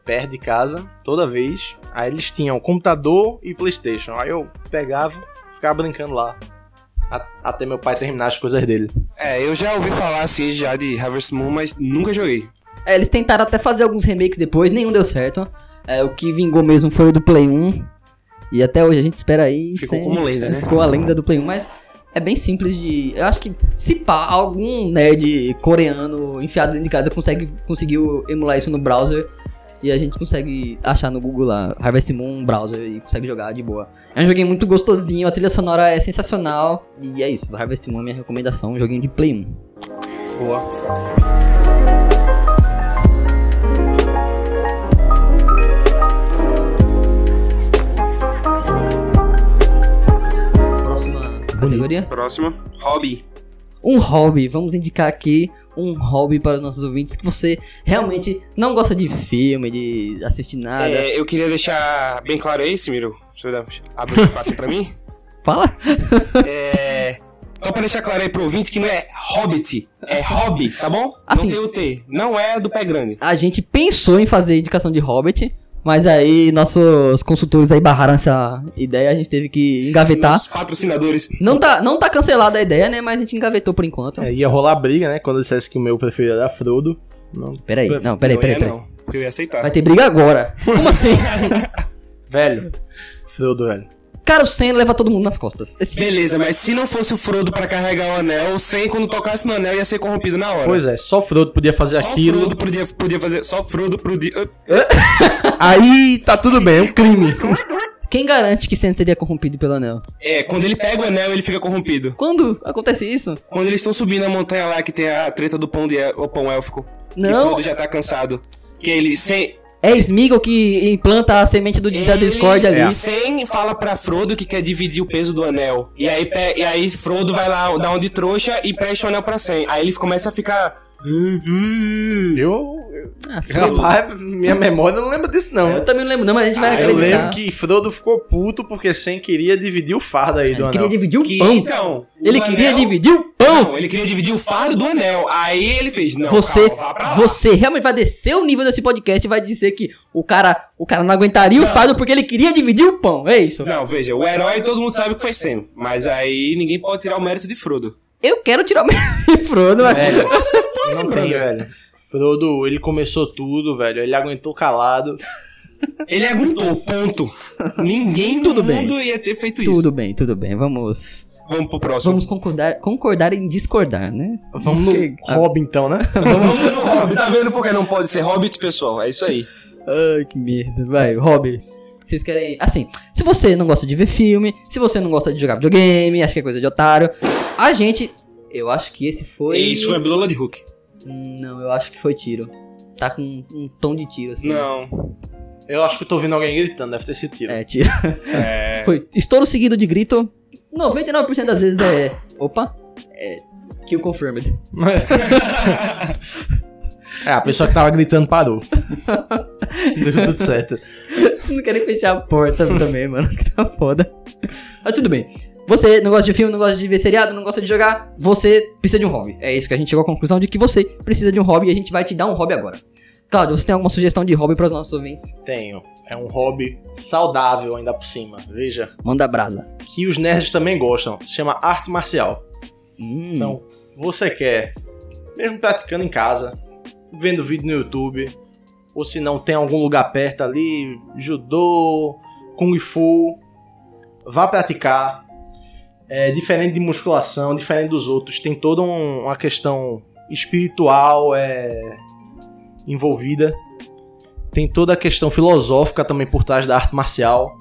Speaker 7: perto de casa, toda vez. Aí eles tinham computador e Playstation. Aí eu pegava, ficava brincando lá. a- Até meu pai terminar as coisas dele.
Speaker 8: É, eu já ouvi falar assim já de Harvest Moon, mas nunca joguei.
Speaker 6: É, eles tentaram até fazer alguns remakes depois, nenhum deu certo. É, o que vingou mesmo foi o do Play 1. E até hoje a gente espera aí.
Speaker 8: Ficou como lenda, né?
Speaker 6: Ficou a lenda do Play 1, mas é bem simples de. Eu acho que se pá, algum nerd coreano enfiado dentro de casa consegue, conseguiu emular isso no browser. E a gente consegue achar no Google lá, Harvest Moon browser, e consegue jogar de boa. É um joguinho muito gostosinho, a trilha sonora é sensacional. E é isso, Harvest Moon é minha recomendação, um joguinho de Play 1. Próxima categoria?
Speaker 8: Próximo. Hobby.
Speaker 6: um hobby. Vamos indicar aqui um hobby para os nossos ouvintes que você realmente não gosta de filme, de assistir nada.
Speaker 8: É, eu queria deixar bem claro esse, Miro. Deixa eu dar, abre o espaço pra mim.
Speaker 6: Fala?
Speaker 8: É. Só pra deixar claro aí pro ouvinte que não é Hobbit, é Hobby, tá bom?
Speaker 6: Assim.
Speaker 8: não tem o T. Não é do pé grande.
Speaker 6: A gente pensou em fazer indicação de Hobbit, mas aí nossos consultores aí barraram essa ideia, a gente teve que engavetar.
Speaker 8: Os patrocinadores.
Speaker 6: Não tá, não tá cancelada a ideia, né? Mas a gente engavetou por enquanto.
Speaker 7: É, ia rolar briga, né? Quando eu dissesse que o meu preferido era Frodo. Não.
Speaker 6: Peraí, não, peraí,
Speaker 8: não
Speaker 6: peraí,
Speaker 8: é,
Speaker 6: peraí.
Speaker 8: não, porque eu ia aceitar.
Speaker 6: Vai ter briga agora. Como assim?
Speaker 7: Velho. Frodo, velho.
Speaker 6: Cara, o Senna leva todo mundo nas costas. Esse-
Speaker 8: Beleza, mas se não fosse o Frodo pra carregar o anel, o Sam, quando tocasse no anel, ia ser corrompido na hora.
Speaker 7: Pois é, só Frodo podia fazer
Speaker 8: só
Speaker 7: aquilo.
Speaker 8: Frodo podia, podia fazer. Só Frodo podia. ah,
Speaker 7: Aí tá tudo bem, é um crime.
Speaker 6: Quem garante que Senna seria corrompido pelo anel?
Speaker 8: É, quando ele pega o anel, ele fica corrompido.
Speaker 6: Quando acontece isso?
Speaker 8: Quando eles estão subindo a montanha lá que tem a treta do pão, de, o pão élfico. E
Speaker 6: Não.
Speaker 8: Frodo já tá cansado. Que ele sem.
Speaker 6: É Smeagol que implanta a semente do, da Discord ali.
Speaker 8: Ele é sem fala pra Frodo que quer dividir o peso do anel. E aí, pe- e aí Frodo vai lá, dá um de trouxa e presta o anel pra Sam. Aí ele começa a ficar. "Uhum."
Speaker 7: Eu.
Speaker 6: Ah, Frodo.
Speaker 7: Rapaz, minha memória não lembra disso, não.
Speaker 6: É, Eu também não lembro, não, mas a gente vai
Speaker 7: Ah, eu
Speaker 6: acreditar.
Speaker 7: lembro que Frodo ficou puto porque Sam queria dividir o fardo aí do
Speaker 6: Ah, Ele
Speaker 7: anel.
Speaker 6: queria dividir o
Speaker 8: Que,
Speaker 6: pão.
Speaker 8: então, o
Speaker 6: ele queria
Speaker 8: anel-
Speaker 6: dividir o pão.
Speaker 8: Não, ele queria dividir o fardo do anel. Aí ele fez, não,
Speaker 6: você,
Speaker 8: calma, vá pra lá.
Speaker 6: você realmente vai descer o nível desse podcast e vai dizer que o cara, o cara não aguentaria o fardo porque ele queria dividir o pão. É isso.
Speaker 8: Não, veja, o herói todo mundo sabe que foi Sam. Mas aí ninguém pode tirar o mérito de Frodo. É,
Speaker 6: Eu quero tirar o meu Frodo, mas
Speaker 7: Velho, não tem, velho. Frodo, ele começou tudo, velho. Ele aguentou calado.
Speaker 8: Ele aguentou, ponto. Ninguém do
Speaker 6: Tudo bem.
Speaker 8: mundo ia ter feito isso.
Speaker 6: Tudo bem, tudo bem. Vamos.
Speaker 8: Vamos pro próximo.
Speaker 6: Vamos concordar, concordar em discordar, né?
Speaker 7: Vamos no
Speaker 6: Que-
Speaker 7: Hobbit, então, né?
Speaker 8: Vamos no Hobbit. Tá vendo por que não pode ser Hobbit, pessoal? É isso aí.
Speaker 6: Ai, que merda. Vai, hobby. Vocês querem. Assim, se você não gosta de ver filme, se você não gosta de jogar videogame, acha que é coisa de otário, a gente. Eu acho que esse foi.
Speaker 9: Isso é- foi a Bilola de Hulk.
Speaker 6: Não, eu acho que foi tiro. Tá com um, um tom de tiro, assim.
Speaker 9: Não.
Speaker 7: Eu acho que eu tô ouvindo alguém gritando, deve ter sido tiro.
Speaker 6: É, tiro.
Speaker 9: É.
Speaker 6: Foi estouro seguido de grito. 99% das vezes é. Opa! É. Kill confirmed.
Speaker 7: É, a pessoa que tava gritando parou. Deu tudo certo.
Speaker 6: Não querem fechar a porta também, mano. Que tá foda. Mas tudo bem. Você não gosta de filme, não gosta de ver seriado, não gosta de jogar, você precisa de um hobby. É isso que a gente chegou à conclusão de que você precisa de um hobby e a gente vai te dar um hobby agora. Claudio, você tem alguma sugestão de hobby para os nossos ouvintes?
Speaker 7: Tenho. É um hobby saudável ainda por cima. Veja.
Speaker 6: Manda brasa.
Speaker 7: Que os nerds também gostam. Se chama arte marcial.
Speaker 6: Hum,
Speaker 7: Então, você quer, mesmo praticando em casa, vendo vídeo no YouTube, ou se não tem algum lugar perto ali, judô, kung fu, vá praticar. É diferente de musculação, diferente dos outros, tem toda um- uma questão espiritual é, envolvida. Tem toda a questão filosófica também por trás da arte marcial.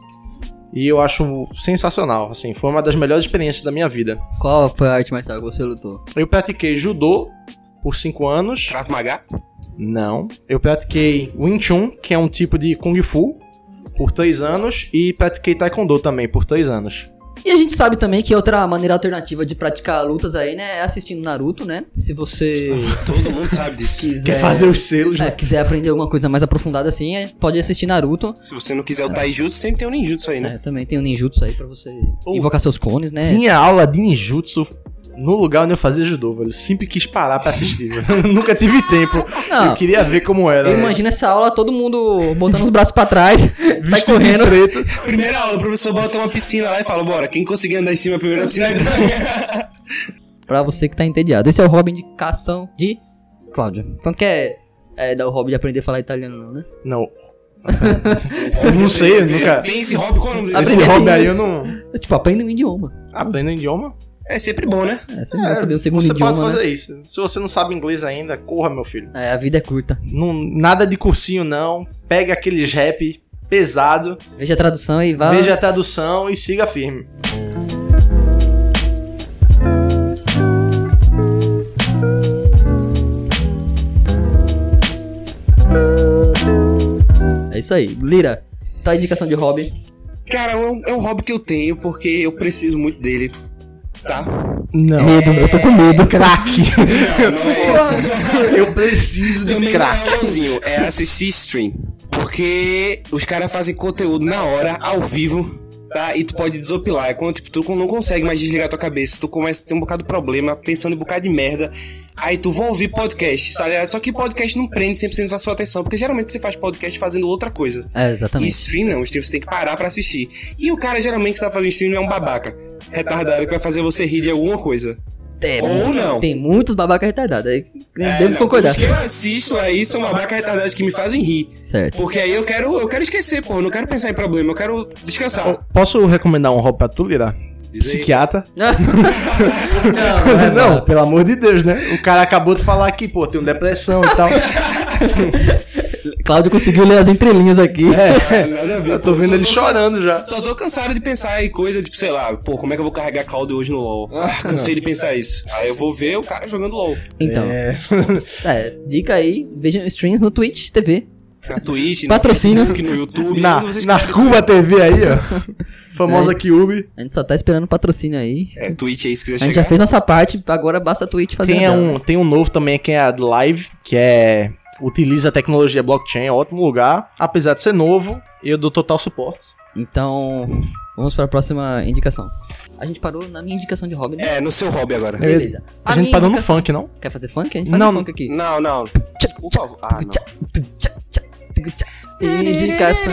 Speaker 7: E eu acho sensacional, assim, foi uma das melhores experiências da minha vida.
Speaker 6: Qual foi a arte marcial que você lutou?
Speaker 7: Eu pratiquei judô por 5 anos.
Speaker 8: Krav Maga?
Speaker 7: Não. Eu pratiquei Wing Chun, que é um tipo de Kung Fu, por 3 anos. E pratiquei Taekwondo também, por 3 anos.
Speaker 6: E a gente sabe também que outra maneira alternativa de praticar lutas aí, né, é assistindo Naruto, né? Se você
Speaker 8: Todo mundo sabe disso.
Speaker 6: quiser,
Speaker 7: os selos,
Speaker 6: é, quiser aprender alguma coisa mais aprofundada assim, é, pode assistir Naruto.
Speaker 8: Se você não quiser o Taijutsu, sempre tem o Ninjutsu aí, né?
Speaker 6: É, também tem o ninjutsu aí pra você
Speaker 7: Pô.
Speaker 6: invocar seus clones, né?
Speaker 7: Tinha aula de ninjutsu no lugar onde eu fazia judô, velho. Eu Sempre quis parar pra assistir, velho. Nunca tive tempo.
Speaker 6: Não.
Speaker 7: Eu queria ver como era.
Speaker 6: Eu imagino essa aula, todo mundo botando os braços pra trás, sai
Speaker 7: Vestido
Speaker 6: correndo.
Speaker 7: de preto.
Speaker 8: Primeira aula, o professor bota uma piscina lá e fala: bora, quem conseguir andar em cima primeiro da piscina ganha.
Speaker 6: Pra você que tá entediado. Esse é o hobby indicação de Cláudia. Então quer é, dar o hobby de aprender a falar italiano, não, né?
Speaker 7: Não. eu não sei, eu nunca.
Speaker 8: Tem esse hobby, qual é o nome desse?
Speaker 7: Esse
Speaker 6: Aprender
Speaker 7: hobby aí eu
Speaker 6: isso.
Speaker 7: não.
Speaker 6: É, Tipo, aprenda um idioma.
Speaker 7: Aprendo idioma?
Speaker 8: É sempre bom, né?
Speaker 6: É, você não vai saber o segundo
Speaker 7: você
Speaker 6: idioma,
Speaker 7: pode fazer
Speaker 6: né?
Speaker 7: isso. Se você não sabe inglês ainda, corra, meu filho.
Speaker 6: É, a vida é curta.
Speaker 7: Não, nada de cursinho, não. Pega aqueles rap pesado,
Speaker 6: Veja a tradução e vá.
Speaker 7: veja a tradução e siga firme.
Speaker 6: É isso aí. Lira, tá a indicação de hobby.
Speaker 8: Cara, é um, é um hobby que eu tenho porque eu preciso muito dele. Tá?
Speaker 7: Não.
Speaker 6: Medo, eu tô com medo. Crack.
Speaker 8: Não é esse.
Speaker 7: Eu preciso de um
Speaker 8: Também
Speaker 7: crack.
Speaker 8: não é LOLzinho, é assistir stream. Porque os caras fazem conteúdo na hora, ao vivo, tá? E tu pode desopilar. É quando tipo, tu não consegue mais desligar tua cabeça, tu começa a ter um bocado de problema, pensando em um bocado de merda. Aí tu vai ouvir podcast, sabe? Só que podcast não prende 100% da sua atenção, porque geralmente você faz podcast fazendo outra coisa.
Speaker 6: É,
Speaker 8: E
Speaker 6: exatamente.
Speaker 8: stream não, stream você tem que parar pra assistir. E o cara geralmente que tá fazendo stream é um babaca. Retardado que vai fazer você rir de alguma coisa.
Speaker 6: É,
Speaker 8: Ou não.
Speaker 6: Tem muitos babaca retardados. aí
Speaker 8: É,
Speaker 6: Devo
Speaker 8: não,
Speaker 6: concordar.
Speaker 8: Os que eu assisto aí são babaca retardados que me fazem rir.
Speaker 6: Certo.
Speaker 8: Porque aí eu quero, eu quero esquecer, pô. Eu não quero pensar em problema, eu quero
Speaker 7: Eu
Speaker 8: descansar.
Speaker 7: Oh, Posso recomendar um hobby pra tu, Lira?
Speaker 8: Diz aí.
Speaker 7: Psiquiatra?
Speaker 6: não, é,
Speaker 7: Não, pelo amor de Deus, né? O cara acabou de falar aqui, pô, tenho depressão e tal.
Speaker 6: Cláudio conseguiu ler as entrelinhas aqui.
Speaker 7: É,
Speaker 8: Nada a ver,
Speaker 7: eu
Speaker 8: pô.
Speaker 7: tô vendo
Speaker 8: Só
Speaker 7: ele chorando já.
Speaker 8: Só tô cansado de pensar em coisa, tipo, sei lá, pô, como é que eu vou carregar Cláudio hoje no LoL? Ah, cansei de pensar isso. Aí eu vou ver o cara jogando LoL.
Speaker 6: Então, é. dica aí, vejam streams no Twitch TV.
Speaker 8: Na Twitch, no
Speaker 6: Patrocínio.
Speaker 8: Facebook, no YouTube.
Speaker 7: Na,
Speaker 8: onde vocês
Speaker 7: na
Speaker 8: quiserem.
Speaker 7: Cuba TV aí, ó. Né? Famosa
Speaker 6: É.
Speaker 7: Kyubi.
Speaker 6: A gente só tá esperando patrocínio aí.
Speaker 8: É, Twitch aí, se quiser
Speaker 6: A gente
Speaker 8: chegar.
Speaker 6: já fez nossa parte, agora basta a Twitch fazer
Speaker 7: Tem
Speaker 6: a dela.
Speaker 7: um, tem um novo também que é a Live, que é utiliza a tecnologia blockchain, é ótimo lugar. Apesar de ser novo, eu dou total suporte.
Speaker 6: Então, vamos pra próxima indicação. A gente parou na minha indicação de hobby, né?
Speaker 8: É, no seu hobby agora.
Speaker 6: Beleza.
Speaker 7: A,
Speaker 6: minha
Speaker 7: gente parou no
Speaker 6: indicação-
Speaker 7: funk, não?
Speaker 6: Quer fazer funk? A gente faz um
Speaker 7: Não,
Speaker 6: funk aqui.
Speaker 8: Não, não. Por favor. Ah, não.
Speaker 6: Indicação.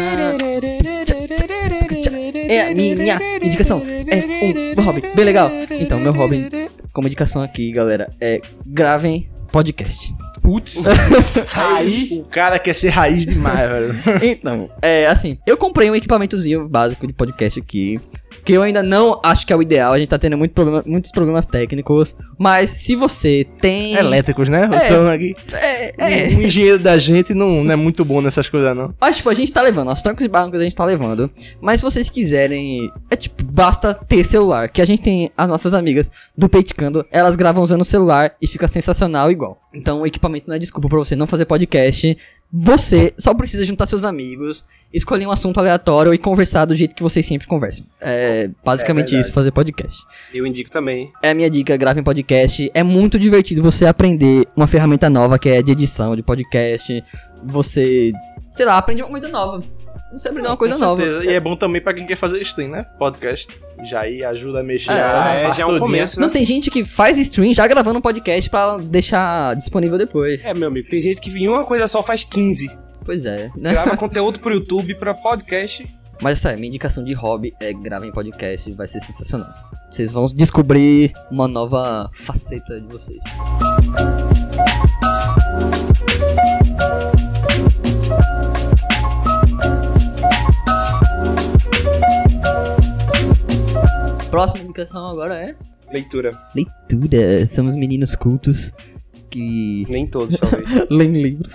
Speaker 6: É a minha indicação. É um hobby bem legal. Então, meu hobby como indicação aqui, galera, é gravem podcast.
Speaker 7: Putz,
Speaker 3: Aí.
Speaker 7: o cara quer ser raiz demais, velho.
Speaker 6: Então, é assim, eu comprei um equipamentozinho básico de podcast aqui, que eu ainda não acho que é o ideal, a gente tá tendo muito problema- muitos problemas técnicos, mas se você tem...
Speaker 7: Elétricos, né?
Speaker 6: É.
Speaker 7: Então, aqui,
Speaker 6: É, é.
Speaker 7: O engenheiro da gente não, não é muito bom nessas coisas, não.
Speaker 6: Mas, tipo, a gente tá levando, aos trancos e barrancos a gente tá levando. Mas se vocês quiserem, é tipo, basta ter celular. Que a gente tem as nossas amigas do Peiticando, elas gravam usando o celular e fica sensacional igual. Então o equipamento não é desculpa pra você não fazer podcast. Você só precisa juntar seus amigos, escolher um assunto aleatório e conversar do jeito que vocês sempre conversam. É basicamente isso, fazer podcast.
Speaker 3: Eu indico também.
Speaker 6: É a minha dica, gravem podcast. É muito divertido você aprender uma ferramenta nova que é de edição de podcast. Você, sei lá, aprende uma coisa nova. Você aprende uma coisa
Speaker 7: Com
Speaker 6: nova.
Speaker 7: certeza. E é bom também pra quem quer fazer stream, né? Podcast. Já aí ajuda a mexer.
Speaker 6: É,
Speaker 7: essa
Speaker 3: Já é,
Speaker 7: parte
Speaker 3: já é um
Speaker 7: todinha.
Speaker 3: começo, né?
Speaker 6: Não tem gente que faz stream já gravando um podcast pra deixar disponível depois.
Speaker 3: É, meu amigo, tem gente que em uma coisa só faz 15.
Speaker 6: Pois é, né?
Speaker 3: Grava conteúdo pro YouTube, pra podcast.
Speaker 6: Mas essa é minha indicação de hobby é gravem podcast, vai ser sensacional. Vocês vão descobrir uma nova faceta de vocês. Próxima indicação agora é
Speaker 3: Leitura.
Speaker 6: leitura. Somos meninos cultos que
Speaker 3: Nem todos, talvez.
Speaker 6: leem livros.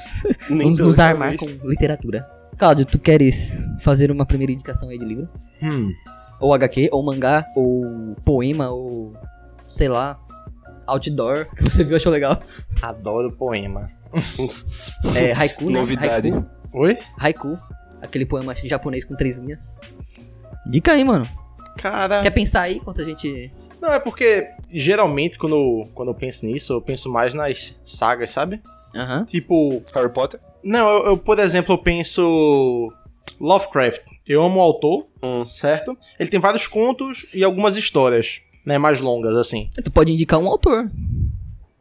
Speaker 3: Nem
Speaker 6: Vamos
Speaker 3: todos,
Speaker 6: nos armar
Speaker 3: talvez.
Speaker 6: com literatura. Cláudio, tu queres fazer uma primeira indicação aí de livro?
Speaker 7: Hum.
Speaker 6: ou HQ, ou mangá, ou poema, ou sei lá, outdoor, que você viu e achou legal.
Speaker 7: Adoro poema.
Speaker 6: É, haiku, né?
Speaker 3: Novidade.
Speaker 6: Haiku,
Speaker 7: Oi?
Speaker 6: haiku, aquele poema japonês com três linhas. Dica aí, mano.
Speaker 7: Cara.
Speaker 6: Quer pensar aí enquanto a gente...
Speaker 7: Não, é porque geralmente quando, eu- quando eu penso nisso, eu penso mais nas sagas, sabe?
Speaker 6: Aham.
Speaker 7: Tipo.
Speaker 3: Harry Potter.
Speaker 7: Não, eu, eu, por exemplo, eu penso. Lovecraft. Eu amo o autor, certo? Ele tem vários contos e algumas histórias, né? Mais longas, assim.
Speaker 6: Tu pode indicar um autor.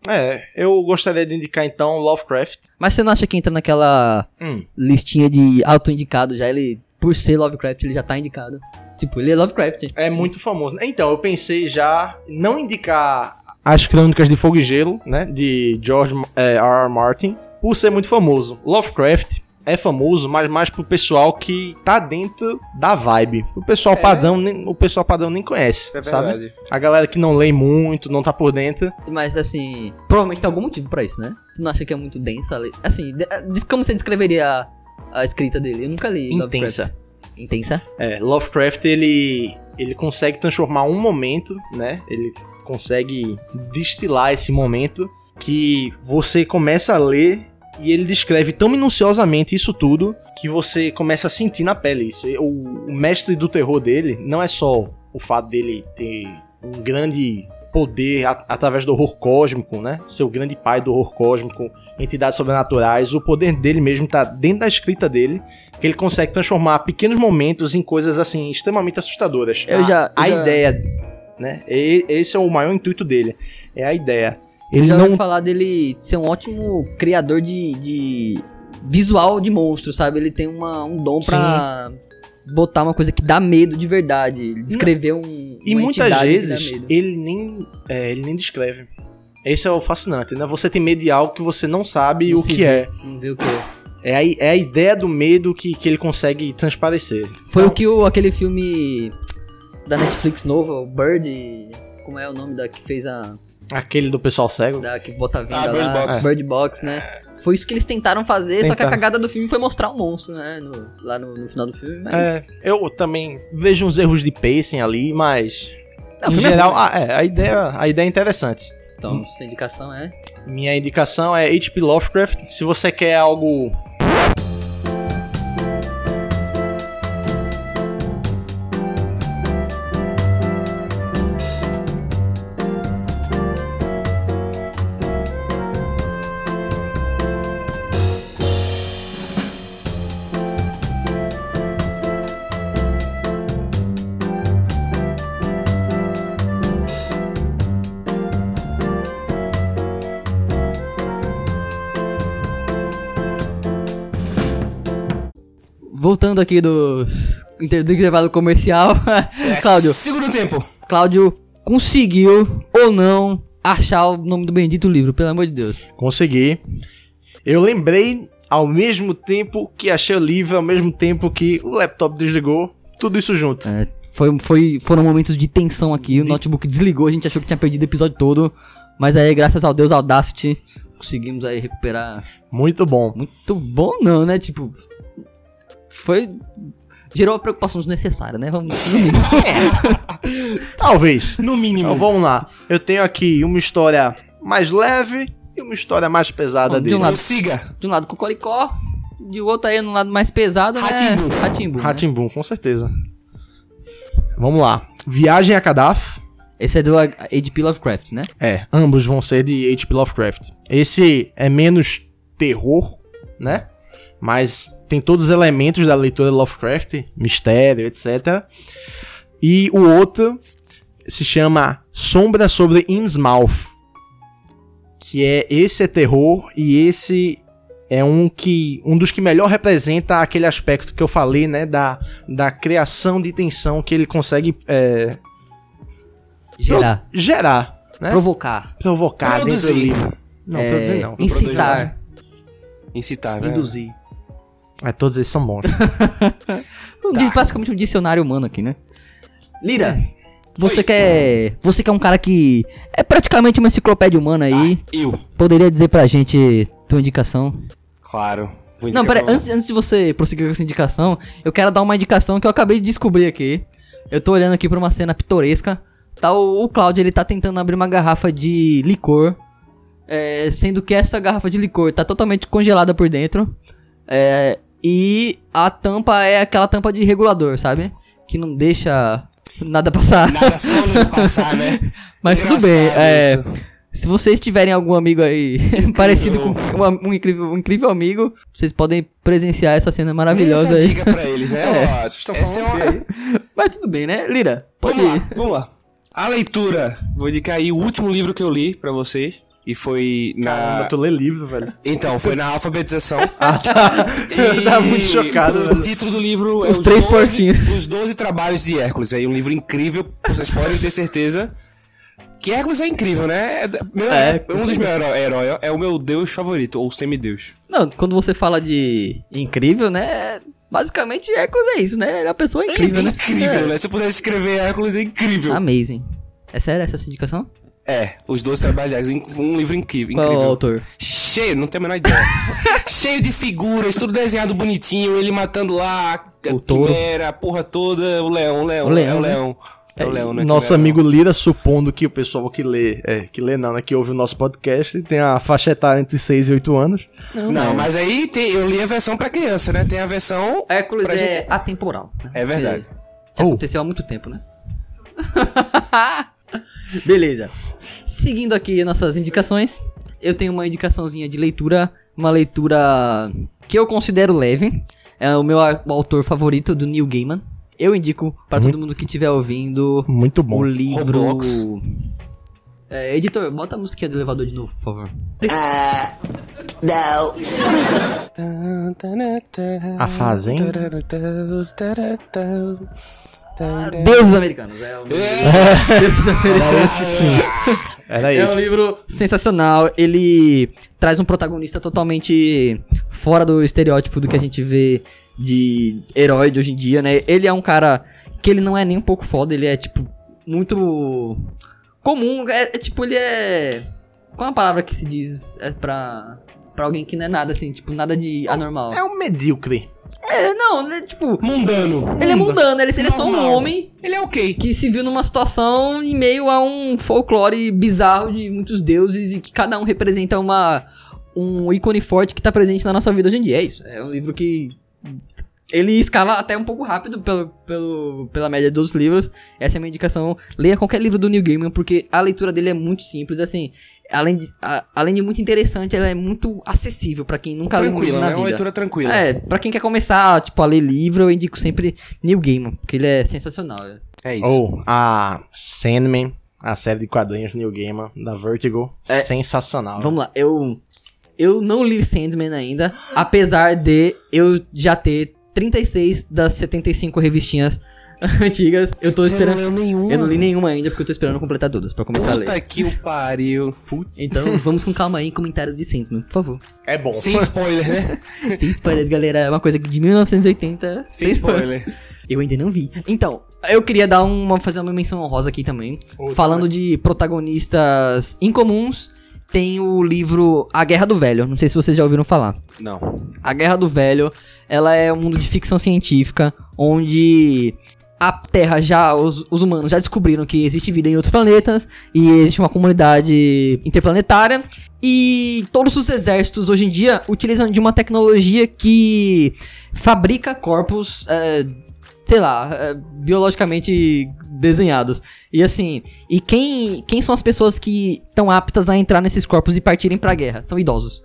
Speaker 7: É, eu gostaria de indicar então Lovecraft.
Speaker 6: Mas você não acha que entra naquela
Speaker 7: Hum.
Speaker 6: listinha de auto-indicado já? Ele, por ser Lovecraft, ele já tá indicado. Tipo, ele é Lovecraft.
Speaker 7: É muito famoso. Então, eu pensei já não indicar as crônicas de Fogo e Gelo, né? De George eh, R. R. Martin, por ser muito famoso. Lovecraft é famoso, mas mais pro pessoal que tá dentro da vibe. O pessoal padrão, nem- o pessoal padrão nem conhece,
Speaker 3: É
Speaker 7: sabe?
Speaker 3: verdade.
Speaker 7: A galera que não lê muito, não tá por dentro.
Speaker 6: Mas assim, provavelmente tem algum motivo pra isso, né? Tu não acha que é muito densa? a le- Assim, de- diz- como você descreveria a, a escrita dele? Eu nunca li
Speaker 7: Intensa.
Speaker 6: Lovecraft. Intensa?
Speaker 7: É, Lovecraft ele ele consegue transformar um momento, né? Ele consegue destilar esse momento que você começa a ler e ele descreve tão minuciosamente isso tudo que você começa a sentir na pele isso. E O, o mestre do terror dele não é só o fato dele ter um grande poder a- através do horror cósmico, né? Seu grande pai do horror cósmico, entidades sobrenaturais, o poder dele mesmo tá dentro da escrita dele que ele consegue transformar pequenos momentos em coisas assim extremamente assustadoras.
Speaker 6: Eu
Speaker 7: a,
Speaker 6: já- eu
Speaker 7: a
Speaker 6: já-
Speaker 7: ideia, né? E- esse é o maior intuito dele, é a ideia.
Speaker 6: Eu
Speaker 7: Ele
Speaker 6: já ouvi
Speaker 7: não
Speaker 6: falar dele ser um ótimo criador de, de visual de monstro, sabe? Ele tem uma, um dom pra botar uma coisa que dá medo de verdade. Ele Descrever um.
Speaker 7: e
Speaker 6: uma
Speaker 7: muitas
Speaker 6: entidade que dá
Speaker 7: vezes
Speaker 6: medo.
Speaker 7: ele nem é, ele nem descreve. Esse é o fascinante, né? Você tem medo de algo que você não sabe
Speaker 6: Não
Speaker 7: o
Speaker 6: se
Speaker 7: que
Speaker 6: vê.
Speaker 7: é.
Speaker 6: Não vê o que é.
Speaker 7: É a, é a ideia do medo que, que ele consegue transparecer.
Speaker 6: Foi o que o, aquele filme da Netflix novo, o Bird. Como é o nome da que fez a.
Speaker 7: Aquele do pessoal cego.
Speaker 6: da, que bota a venda
Speaker 3: Ah, Bird
Speaker 6: lá,
Speaker 3: Box.
Speaker 6: Bird Box, né? Foi isso que eles tentaram fazer, só que a
Speaker 7: Tentaram.
Speaker 6: cagada do filme foi mostrar o monstro, né? no- lá no, no final do filme. Mas,
Speaker 7: É, eu também vejo uns erros de pacing ali, mas
Speaker 6: Não, o
Speaker 7: em
Speaker 6: filme é
Speaker 7: geral,
Speaker 6: bom,
Speaker 7: ah, é, a ideia, a ideia é interessante.
Speaker 6: Então, sua indicação é.
Speaker 7: Minha indicação é HP Lovecraft. Se você quer algo.
Speaker 6: Voltando aqui dos. inter- do intervalo comercial, Cláudio.
Speaker 3: É, Segundo tempo.
Speaker 6: Cláudio conseguiu ou não achar o nome do bendito livro, pelo amor de Deus.
Speaker 7: Consegui. Eu lembrei ao mesmo tempo que achei o livro, ao mesmo tempo que o laptop desligou, tudo isso junto.
Speaker 6: É, foi, foi, foram momentos de tensão aqui. O notebook desligou, a gente achou que tinha perdido o episódio todo. Mas aí, graças ao Deus Audacity, conseguimos aí recuperar.
Speaker 7: Muito bom.
Speaker 6: Muito bom, não, né? Tipo. Foi. Gerou uma preocupação desnecessária, né? Vamos. no mínimo.
Speaker 7: Talvez.
Speaker 8: No
Speaker 7: Então
Speaker 8: mínimo.
Speaker 7: vamos lá. Eu tenho aqui uma história mais leve e uma história mais pesada
Speaker 6: Bom, de um
Speaker 7: dele.
Speaker 6: lado-
Speaker 8: Prossiga.
Speaker 6: De um lado Cocoricó, de outro aí no lado mais pesado,
Speaker 8: Ratimbu.
Speaker 6: né? Ratimbu. né?
Speaker 7: Ratimbum, com certeza. Vamos lá. Viagem a Kadhaf.
Speaker 6: Esse é do H.P. Lovecraft, né?
Speaker 7: É, ambos vão ser de H.P. Lovecraft. Esse é menos terror, né? Mas tem todos os elementos da leitura de Lovecraft, mistério, etc. E o outro se chama Sombra sobre Innsmouth. Que é esse é terror e esse é um que um dos que melhor representa aquele aspecto que eu falei, né, da, da criação de tensão que ele consegue é,
Speaker 6: Gerar,
Speaker 7: gerar, né?
Speaker 6: provocar,
Speaker 7: provocar dentro do
Speaker 8: Produzir.
Speaker 7: livro. Não,
Speaker 6: é,
Speaker 7: produzir não. né?
Speaker 6: incitar,
Speaker 8: Incitar, né?
Speaker 6: induzir.
Speaker 7: É, todos eles são bons.
Speaker 6: Um di- Basicamente um dicionário humano aqui, né? Lira,
Speaker 7: É.
Speaker 6: você quer. Você que é um cara que é praticamente uma enciclopédia humana aí.
Speaker 8: Ah,
Speaker 7: Tá.
Speaker 8: Eu.
Speaker 6: Poderia dizer pra gente tua indicação?
Speaker 8: Claro. Vou
Speaker 6: Não,
Speaker 8: indicar
Speaker 6: pera,
Speaker 8: pra
Speaker 6: antes, antes de você prosseguir com essa indicação, eu quero dar uma indicação que eu acabei de descobrir aqui. Eu tô olhando aqui pra uma cena pitoresca. Tá o, o Claudio, ele tá tentando abrir uma garrafa de licor. é, sendo que essa garrafa de licor tá totalmente congelada por dentro. é, e a tampa é aquela tampa de regulador, sabe? Que não deixa nada passar.
Speaker 8: Nada sólido passar, né?
Speaker 6: Mas tudo
Speaker 8: Engraçado
Speaker 6: bem, é,
Speaker 8: isso.
Speaker 6: se vocês tiverem algum amigo aí parecido com um, am- um incrível, um incrível amigo, vocês podem presenciar essa cena maravilhosa
Speaker 8: Essa é
Speaker 6: aí.
Speaker 8: dica pra eles, né?
Speaker 6: É.
Speaker 8: Ó, essa é uma...
Speaker 6: Mas tudo bem, né? Lira, pode
Speaker 8: Vamos lá,
Speaker 6: ir.
Speaker 8: vamos lá. A leitura. Vou indicar aí o último livro que eu li pra vocês. E foi na.
Speaker 7: Caramba, tu lê livro, velho.
Speaker 8: Então, foi na alfabetização.
Speaker 6: Ah, tá.
Speaker 7: Eu tava muito chocado,
Speaker 8: O
Speaker 7: velho.
Speaker 8: título do livro é
Speaker 6: Os Três Porquinhos.
Speaker 8: Os 12 Trabalhos de Hércules. É um livro incrível, vocês podem ter certeza. Que Hércules é incrível, né? É, da- meu-
Speaker 6: É.
Speaker 8: é um dos meus heró- heróis. é o meu deus favorito, ou semideus.
Speaker 6: Não, quando você fala de incrível, né? Basicamente, Hércules é isso, né? Ele é uma pessoa incrível, né?
Speaker 8: Incrível, né? Se eu pudesse escrever Hércules, é incrível.
Speaker 6: Amazing. É sério essa sua indicação?
Speaker 8: É, Os 12 Trabalhos de Hércules, um livro incrível.
Speaker 6: Qual é o
Speaker 8: incrível.
Speaker 6: autor?
Speaker 8: Cheio, não tem a menor ideia. Cheio de figuras, tudo desenhado bonitinho, ele matando lá
Speaker 6: O touro.
Speaker 8: Era a porra toda, o leão, o leão,
Speaker 6: O leão,
Speaker 8: é o
Speaker 6: né?
Speaker 8: leão. É o leão, né?
Speaker 7: Nosso
Speaker 8: Quimera,
Speaker 7: amigo Lira, supondo que o pessoal que lê, é, que lê não, né, que ouve o nosso podcast, tem a faixa etária entre 6 e 8 anos.
Speaker 8: Não,
Speaker 6: é
Speaker 8: Não, mas aí tem- eu li a versão pra criança, né? Tem a versão.
Speaker 6: Hércules
Speaker 8: pra
Speaker 6: é
Speaker 8: gente-
Speaker 6: atemporal. né?
Speaker 8: É verdade.
Speaker 6: Isso aconteceu há muito tempo, né? É, Beleza. Seguindo aqui nossas indicações, eu tenho uma indicaçãozinha de leitura, uma leitura que eu considero leve. É o meu a- o autor favorito do Neil Gaiman. Eu indico pra todo mundo que estiver ouvindo
Speaker 7: Muito bom.
Speaker 6: o livro.
Speaker 8: Roblox.
Speaker 6: É, editor, bota a musiquinha do elevador de novo, por favor.
Speaker 7: A Fazenda.
Speaker 6: Deuses Americanos. É o
Speaker 7: Era esse sim. Era
Speaker 6: É um
Speaker 7: esse.
Speaker 6: livro sensacional. Ele traz um protagonista totalmente fora do estereótipo do que a gente vê de herói de hoje em dia, né? Ele é um cara que ele não é nem um pouco foda, ele é tipo muito comum, é, é, tipo ele é qual é a palavra que se diz é pra pra alguém que não é nada assim, tipo nada de anormal.
Speaker 7: É um medíocre.
Speaker 6: É, não, né, tipo,
Speaker 8: Mundano.
Speaker 6: ele é mundano, ele, ele é só um
Speaker 8: Normal.
Speaker 6: homem
Speaker 8: Ele é ok.
Speaker 6: que se viu numa situação em meio a um folclore bizarro de muitos deuses e que cada um representa uma um ícone forte que tá presente na nossa vida hoje em dia. É isso. É um livro que ele escala até um pouco rápido pelo, pelo, pela média dos livros. Essa é a minha indicação. Leia qualquer livro do Neil Gaiman, porque a leitura dele é muito simples, assim. Além de, a- além de muito interessante, ela é muito acessível pra quem nunca leu um livro
Speaker 8: Tranquila,
Speaker 6: na
Speaker 8: né? Uma
Speaker 6: vida.
Speaker 8: leitura tranquila.
Speaker 6: É, pra quem quer começar, tipo, a ler livro, eu indico sempre Neil Gaiman, porque ele é sensacional.
Speaker 8: É isso.
Speaker 7: Ou a Sandman, a série de quadrinhos New Gamer, da Vertigo.
Speaker 8: É.
Speaker 3: Ah.
Speaker 7: Sensacional.
Speaker 6: Vamos lá, eu. Eu não li Sandman ainda, apesar de eu já ter 36 das 75 revistinhas antigas. Eu tô
Speaker 3: Você
Speaker 6: esperando.
Speaker 3: não leu nenhuma?
Speaker 6: Eu não li nenhuma ainda porque eu tô esperando completar todas pra começar a
Speaker 3: Puta
Speaker 6: ler.
Speaker 3: que o pariu. Putz.
Speaker 6: Então vamos com calma aí, comentários de Sandman, por favor.
Speaker 7: É bom.
Speaker 3: Sem spoiler, né?
Speaker 6: Sem spoilers, galera. É uma coisa que de 1980.
Speaker 3: Sem spoiler.
Speaker 6: Eu ainda não vi. Então, eu queria dar uma fazer uma menção honrosa aqui também. Falando de protagonistas incomuns, tem o livro A Guerra do Velho. Não sei se vocês já ouviram falar.
Speaker 3: Não.
Speaker 6: A Guerra do Velho, ela é um mundo de ficção científica onde a Terra já, os, os humanos já descobriram que existe vida em outros planetas e existe uma comunidade interplanetária. E todos os exércitos hoje em dia utilizam de uma tecnologia que fabrica corpos, é, sei lá, é, biologicamente desenhados. E assim, e quem, quem são as pessoas que estão aptas a entrar nesses corpos e partirem pra guerra? São idosos.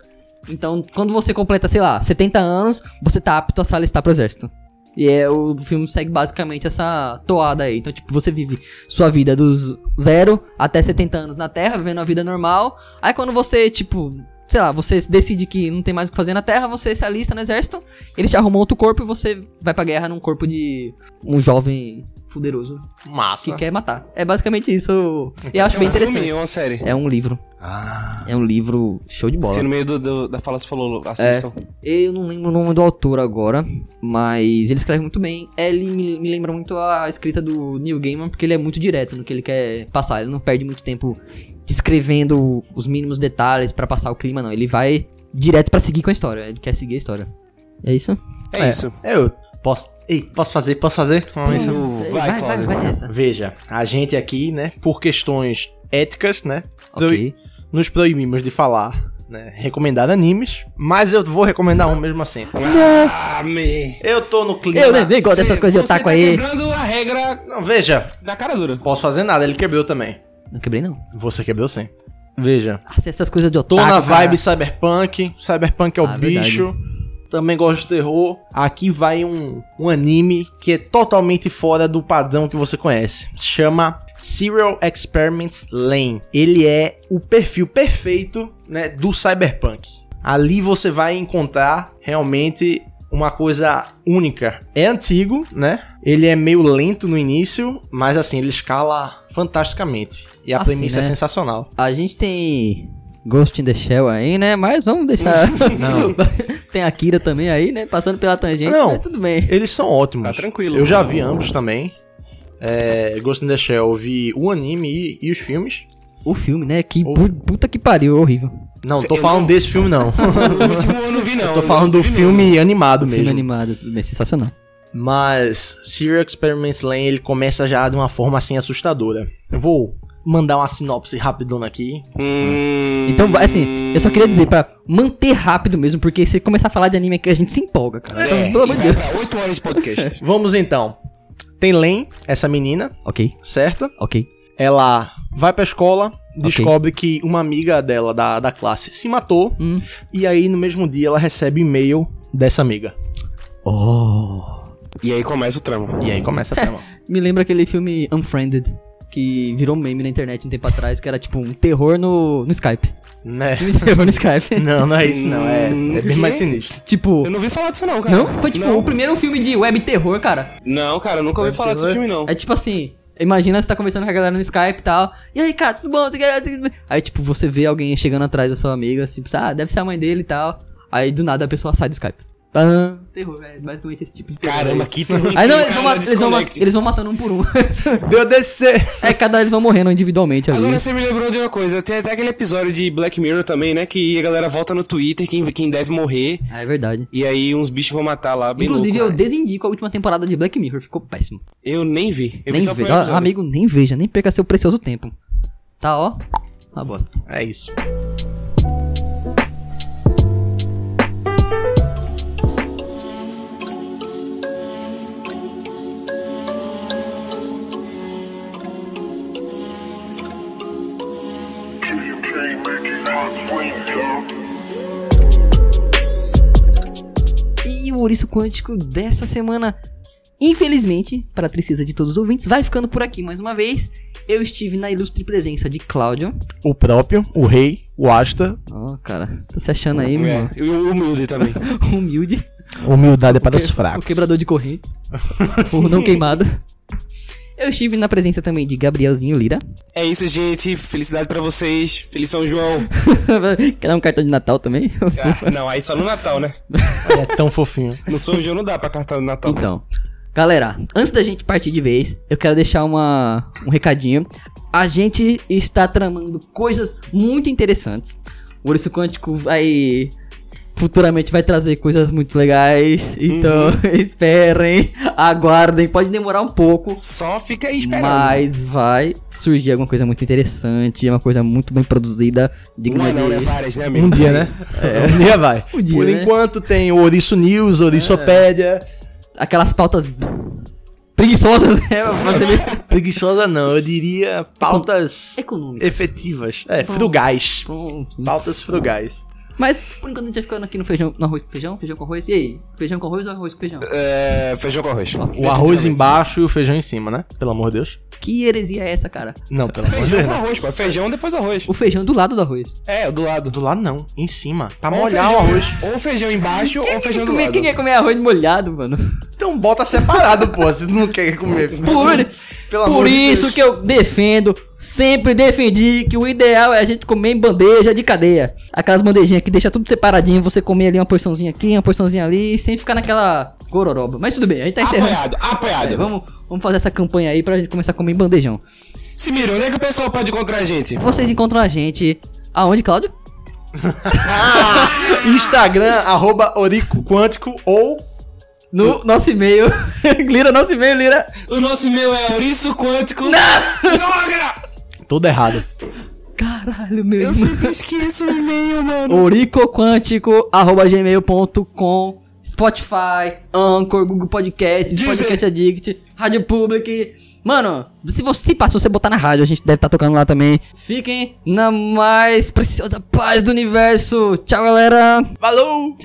Speaker 6: Então, quando você completa, sei lá, 70 anos, você tá apto a se alistar pro exército. E é, o filme segue basicamente essa toada aí. Então, tipo, você vive sua vida dos zero até 70 anos na Terra, vivendo a vida normal. Aí quando você, tipo, sei lá, você decide que não tem mais o que fazer na Terra, você se alista no exército, eles te arrumam outro corpo e você vai pra guerra num corpo de um jovem fuderoso que
Speaker 7: Massa.
Speaker 6: quer matar. É basicamente isso. E eu acho bem
Speaker 3: É um filme,
Speaker 6: interessante.
Speaker 3: é uma série.
Speaker 6: É um livro.
Speaker 3: Ah.
Speaker 6: É um livro show de bola.
Speaker 3: Você no meio do, do- da fala você falou, assistam.
Speaker 6: Eu não lembro o nome do autor agora, mas ele escreve muito bem. É, Ele me, me lembra muito a escrita do Neil Gaiman, porque ele é muito direto no que ele quer passar. Ele não perde muito tempo descrevendo os mínimos detalhes pra passar o clima, não. Ele vai direto pra seguir com a história. Ele quer seguir a história. É isso?
Speaker 3: É, isso.
Speaker 7: É, eu posso. Ei, posso fazer? Posso fazer? Uma menção?
Speaker 3: Vai,
Speaker 6: vai,
Speaker 3: Cláudio.
Speaker 6: vai nessa.
Speaker 7: Veja, a gente aqui, né, por questões éticas, né,
Speaker 6: Ok.
Speaker 7: nos proibimos de falar, né, recomendar animes, mas eu vou recomendar um mesmo assim.
Speaker 3: Amém.
Speaker 7: Eu tô no clima.
Speaker 6: Eu nem nem gosto dessas
Speaker 3: Você-
Speaker 6: coisas de
Speaker 3: você
Speaker 6: otaku
Speaker 3: tá
Speaker 6: aí.
Speaker 3: quebrando a regra
Speaker 7: Não, veja,
Speaker 3: da cara dura.
Speaker 7: posso fazer nada, ele quebrou também.
Speaker 6: Não quebrei, não.
Speaker 7: Você quebrou sim. Veja,
Speaker 6: Nossa, Essas coisas de
Speaker 7: tô
Speaker 6: otaku,
Speaker 7: na
Speaker 6: cara.
Speaker 7: vibe cyberpunk, cyberpunk é o
Speaker 6: Ah, verdade.
Speaker 7: bicho. Também gosto de terror. Aqui vai um, um anime que é totalmente fora do padrão que você conhece. Se chama Serial Experiments Lane. Ele é o perfil perfeito né, do cyberpunk. Ali você vai encontrar realmente uma coisa única. É antigo, né? Ele é meio lento no início, mas assim, ele escala fantasticamente. E a
Speaker 6: Assim,
Speaker 7: premissa
Speaker 6: né?
Speaker 7: é sensacional.
Speaker 6: A gente tem Ghost in the Shell aí, né? Mas vamos
Speaker 7: Ah.
Speaker 6: deixar.
Speaker 7: Não.
Speaker 6: tem a Kira também aí, né? Passando pela tangente.
Speaker 7: Não.
Speaker 6: mas tudo bem.
Speaker 7: Eles são ótimos.
Speaker 3: Tá tranquilo.
Speaker 7: Eu já vi ambos também. É, Ghost in the Shell, eu vi o anime e, e os filmes.
Speaker 6: O filme, né? Que
Speaker 7: O-
Speaker 6: pu- puta que pariu, é horrível.
Speaker 7: Não,
Speaker 3: Cê-
Speaker 7: tô
Speaker 3: eu
Speaker 7: falando
Speaker 3: não-
Speaker 7: desse filme, não.
Speaker 3: O último eu não vi, não.
Speaker 7: eu tô falando
Speaker 3: Não
Speaker 7: do
Speaker 3: vi, não.
Speaker 7: filme animado
Speaker 6: O
Speaker 7: mesmo.
Speaker 6: filme animado, tudo bem, sensacional.
Speaker 7: Mas Serial Experiments Lane, ele começa já de uma forma assim assustadora. Eu vou mandar uma sinopse rapidona aqui.
Speaker 3: Hum.
Speaker 6: Então, vai, assim, eu só queria dizer pra manter rápido mesmo, porque se começar a falar de anime aqui, a gente se empolga, cara. Então,
Speaker 3: É,
Speaker 6: pelo amor de
Speaker 3: vai
Speaker 6: Deus.
Speaker 3: pra 8 horas de podcast.
Speaker 7: Vamos então. Tem Lane, essa menina,
Speaker 6: Ok,
Speaker 7: certa?
Speaker 6: ok.
Speaker 7: Ela vai pra escola, descobre que uma amiga dela da, da classe se matou.
Speaker 6: Hum.
Speaker 7: E aí, no mesmo dia, ela recebe e-mail dessa amiga.
Speaker 6: Oh.
Speaker 3: e aí começa o trama.
Speaker 7: E aí começa a trama.
Speaker 6: Me lembra aquele filme Unfriended, que virou meme na internet um tempo atrás, que era tipo um terror no, no Skype.
Speaker 7: né?
Speaker 6: Filme de terror no Skype.
Speaker 7: Não, não é isso, não. É, é bem
Speaker 3: Quê?
Speaker 7: mais sinistro.
Speaker 6: tipo.
Speaker 3: Eu não vi falar disso, não, cara.
Speaker 6: Não? Foi tipo o primeiro filme de web terror, cara.
Speaker 3: Não, cara, eu nunca ouvi falar desse filme, não.
Speaker 6: É tipo assim, imagina você tá conversando com a galera no Skype e tal. E aí, cara, tudo bom? Você quer- Aí, tipo, você vê alguém chegando atrás da sua amiga, assim, tipo, ah, deve ser a mãe dele e tal. Aí do nada a pessoa sai do Skype. Ah, terror, velho. Basicamente esse tipo de terror.
Speaker 3: Caramba,
Speaker 6: velho.
Speaker 3: que terror.
Speaker 6: Aí
Speaker 3: incrível,
Speaker 6: não, eles
Speaker 3: cara,
Speaker 6: vão, mat- eles, vão mat-
Speaker 3: desconecte.
Speaker 6: eles vão matando um por um.
Speaker 7: Deu descer.
Speaker 6: é, cada eles vão morrendo individualmente ali. né?
Speaker 3: Agora você me lembrou de uma coisa, tem até aquele episódio de Black Mirror também, né? Que a galera volta no Twitter quem, quem deve morrer.
Speaker 6: É verdade.
Speaker 3: E aí uns bichos vão matar lá, bem
Speaker 6: Inclusive, eu
Speaker 3: louco, né?
Speaker 6: desindico a última temporada de Black Mirror, ficou péssimo.
Speaker 3: eu... nem vi. Eu vi
Speaker 6: nem
Speaker 3: só o
Speaker 6: veja.
Speaker 3: primeiro
Speaker 6: Ó,
Speaker 3: episódio.
Speaker 6: Amigo, nem veja, nem perca seu precioso tempo. Tá, ó. Uma bosta.
Speaker 7: É isso.
Speaker 4: You can't make it out swing, yo.
Speaker 6: E o Ouriço Quântico dessa semana, infelizmente, para a tristeza de todos os ouvintes, vai ficando por aqui mais uma vez. Eu estive na ilustre presença de Cláudio.
Speaker 7: O próprio, o rei, o Asta.
Speaker 6: Ó, cara, tá se achando aí, meu irmão?
Speaker 3: É, e o humilde também.
Speaker 6: Humilde.
Speaker 7: Humildade é para
Speaker 6: O quebrador de correntes. o não queimado. Eu estive na presença também de Gabrielzinho Lira,
Speaker 8: É isso, gente. Felicidade pra vocês. Feliz São João.
Speaker 6: que dá um cartão de Natal também.
Speaker 8: Ah, não, aí só no Natal, né?
Speaker 7: É tão fofinho.
Speaker 8: No São João não dá pra cartão no Natal.
Speaker 6: Então, galera, antes da gente partir de vez, eu quero deixar uma, um recadinho. A gente está tramando coisas muito interessantes. O Urso Quântico vai. Futuramente vai trazer coisas muito legais. Então,
Speaker 8: Uhum.
Speaker 6: esperem, aguardem. Pode demorar um pouco.
Speaker 8: Só fica aí esperando. Um
Speaker 6: Mas vai surgir alguma coisa muito interessante, uma coisa muito bem produzida, digna
Speaker 8: Uma não,
Speaker 6: de...
Speaker 8: né? Várias, né, amigo?
Speaker 7: Um dia, né? Um dia vai.
Speaker 6: Um dia,
Speaker 7: Por
Speaker 6: né?
Speaker 7: enquanto tem o Ouriço News, Ouriçopédia.
Speaker 6: Aquelas pautas preguiçosas, né? Pra você ver.
Speaker 7: Preguiçosa não, eu diria pautas
Speaker 6: Econômicas.
Speaker 7: efetivas. É, frugais.
Speaker 6: Pronto.
Speaker 7: Pautas frugais.
Speaker 6: Mas por enquanto a gente vai ficando aqui no feijão, no arroz com feijão, feijão com arroz. E aí? Feijão com arroz ou arroz com feijão?
Speaker 8: É, feijão com arroz.
Speaker 7: O arroz embaixo e o feijão em cima, né? Pelo amor de Deus.
Speaker 6: Que heresia é essa, cara?
Speaker 7: Não, pelo amor de
Speaker 8: Feijão
Speaker 7: Deus.
Speaker 8: com
Speaker 7: não.
Speaker 8: arroz, pô. Feijão, depois arroz.
Speaker 6: O feijão do lado do arroz.
Speaker 8: É, do lado.
Speaker 7: Do lado não, em cima. Pra
Speaker 8: Ou
Speaker 7: molhar o
Speaker 8: feijão-
Speaker 7: arroz.
Speaker 8: Ou feijão
Speaker 7: É um
Speaker 8: embaixo, ou feijão do
Speaker 6: Quem- é
Speaker 8: lado.
Speaker 6: Quem quer comer arroz molhado, mano?
Speaker 7: Então bota separado, pô. Você não quer comer.
Speaker 6: Por,
Speaker 7: Pelo
Speaker 6: por
Speaker 7: amor de
Speaker 6: isso
Speaker 7: Deus.
Speaker 6: que eu defendo, sempre defendi que o ideal é a gente comer em bandeja de cadeia. Aquelas bandejinhas que deixa tudo separadinho, você comer ali uma porçãozinha aqui, uma porçãozinha ali, sem ficar naquela gororoba. Mas tudo bem, a gente tá encerrando.
Speaker 8: Apoiado, apoiado.
Speaker 6: É, vamos, vamos fazer essa campanha aí pra gente começar a comer em bandejão.
Speaker 8: Se mirou, onde é que o pessoal pode encontrar a gente?
Speaker 6: Vocês encontram a gente aonde, Cláudio?
Speaker 7: Instagram, arroba Orico Quântico ou
Speaker 6: No nosso e-mail. Lira, nosso e-mail, Lira.
Speaker 8: O nosso e-mail é ouriço quântico. Não! Droga!
Speaker 7: Tudo errado.
Speaker 6: Caralho, meu
Speaker 8: Eu
Speaker 6: irmão.
Speaker 8: sempre esqueço o e-mail, mano.
Speaker 6: oricoquântico.gmail.com Spotify, Anchor, Google Podcasts,
Speaker 8: Deezer.
Speaker 6: Podcast Addict, Rádio Public. Mano, se você passou, você botar na rádio, a gente deve estar tocando lá também. Fiquem na mais preciosa paz do universo. Tchau, galera.
Speaker 7: Falou!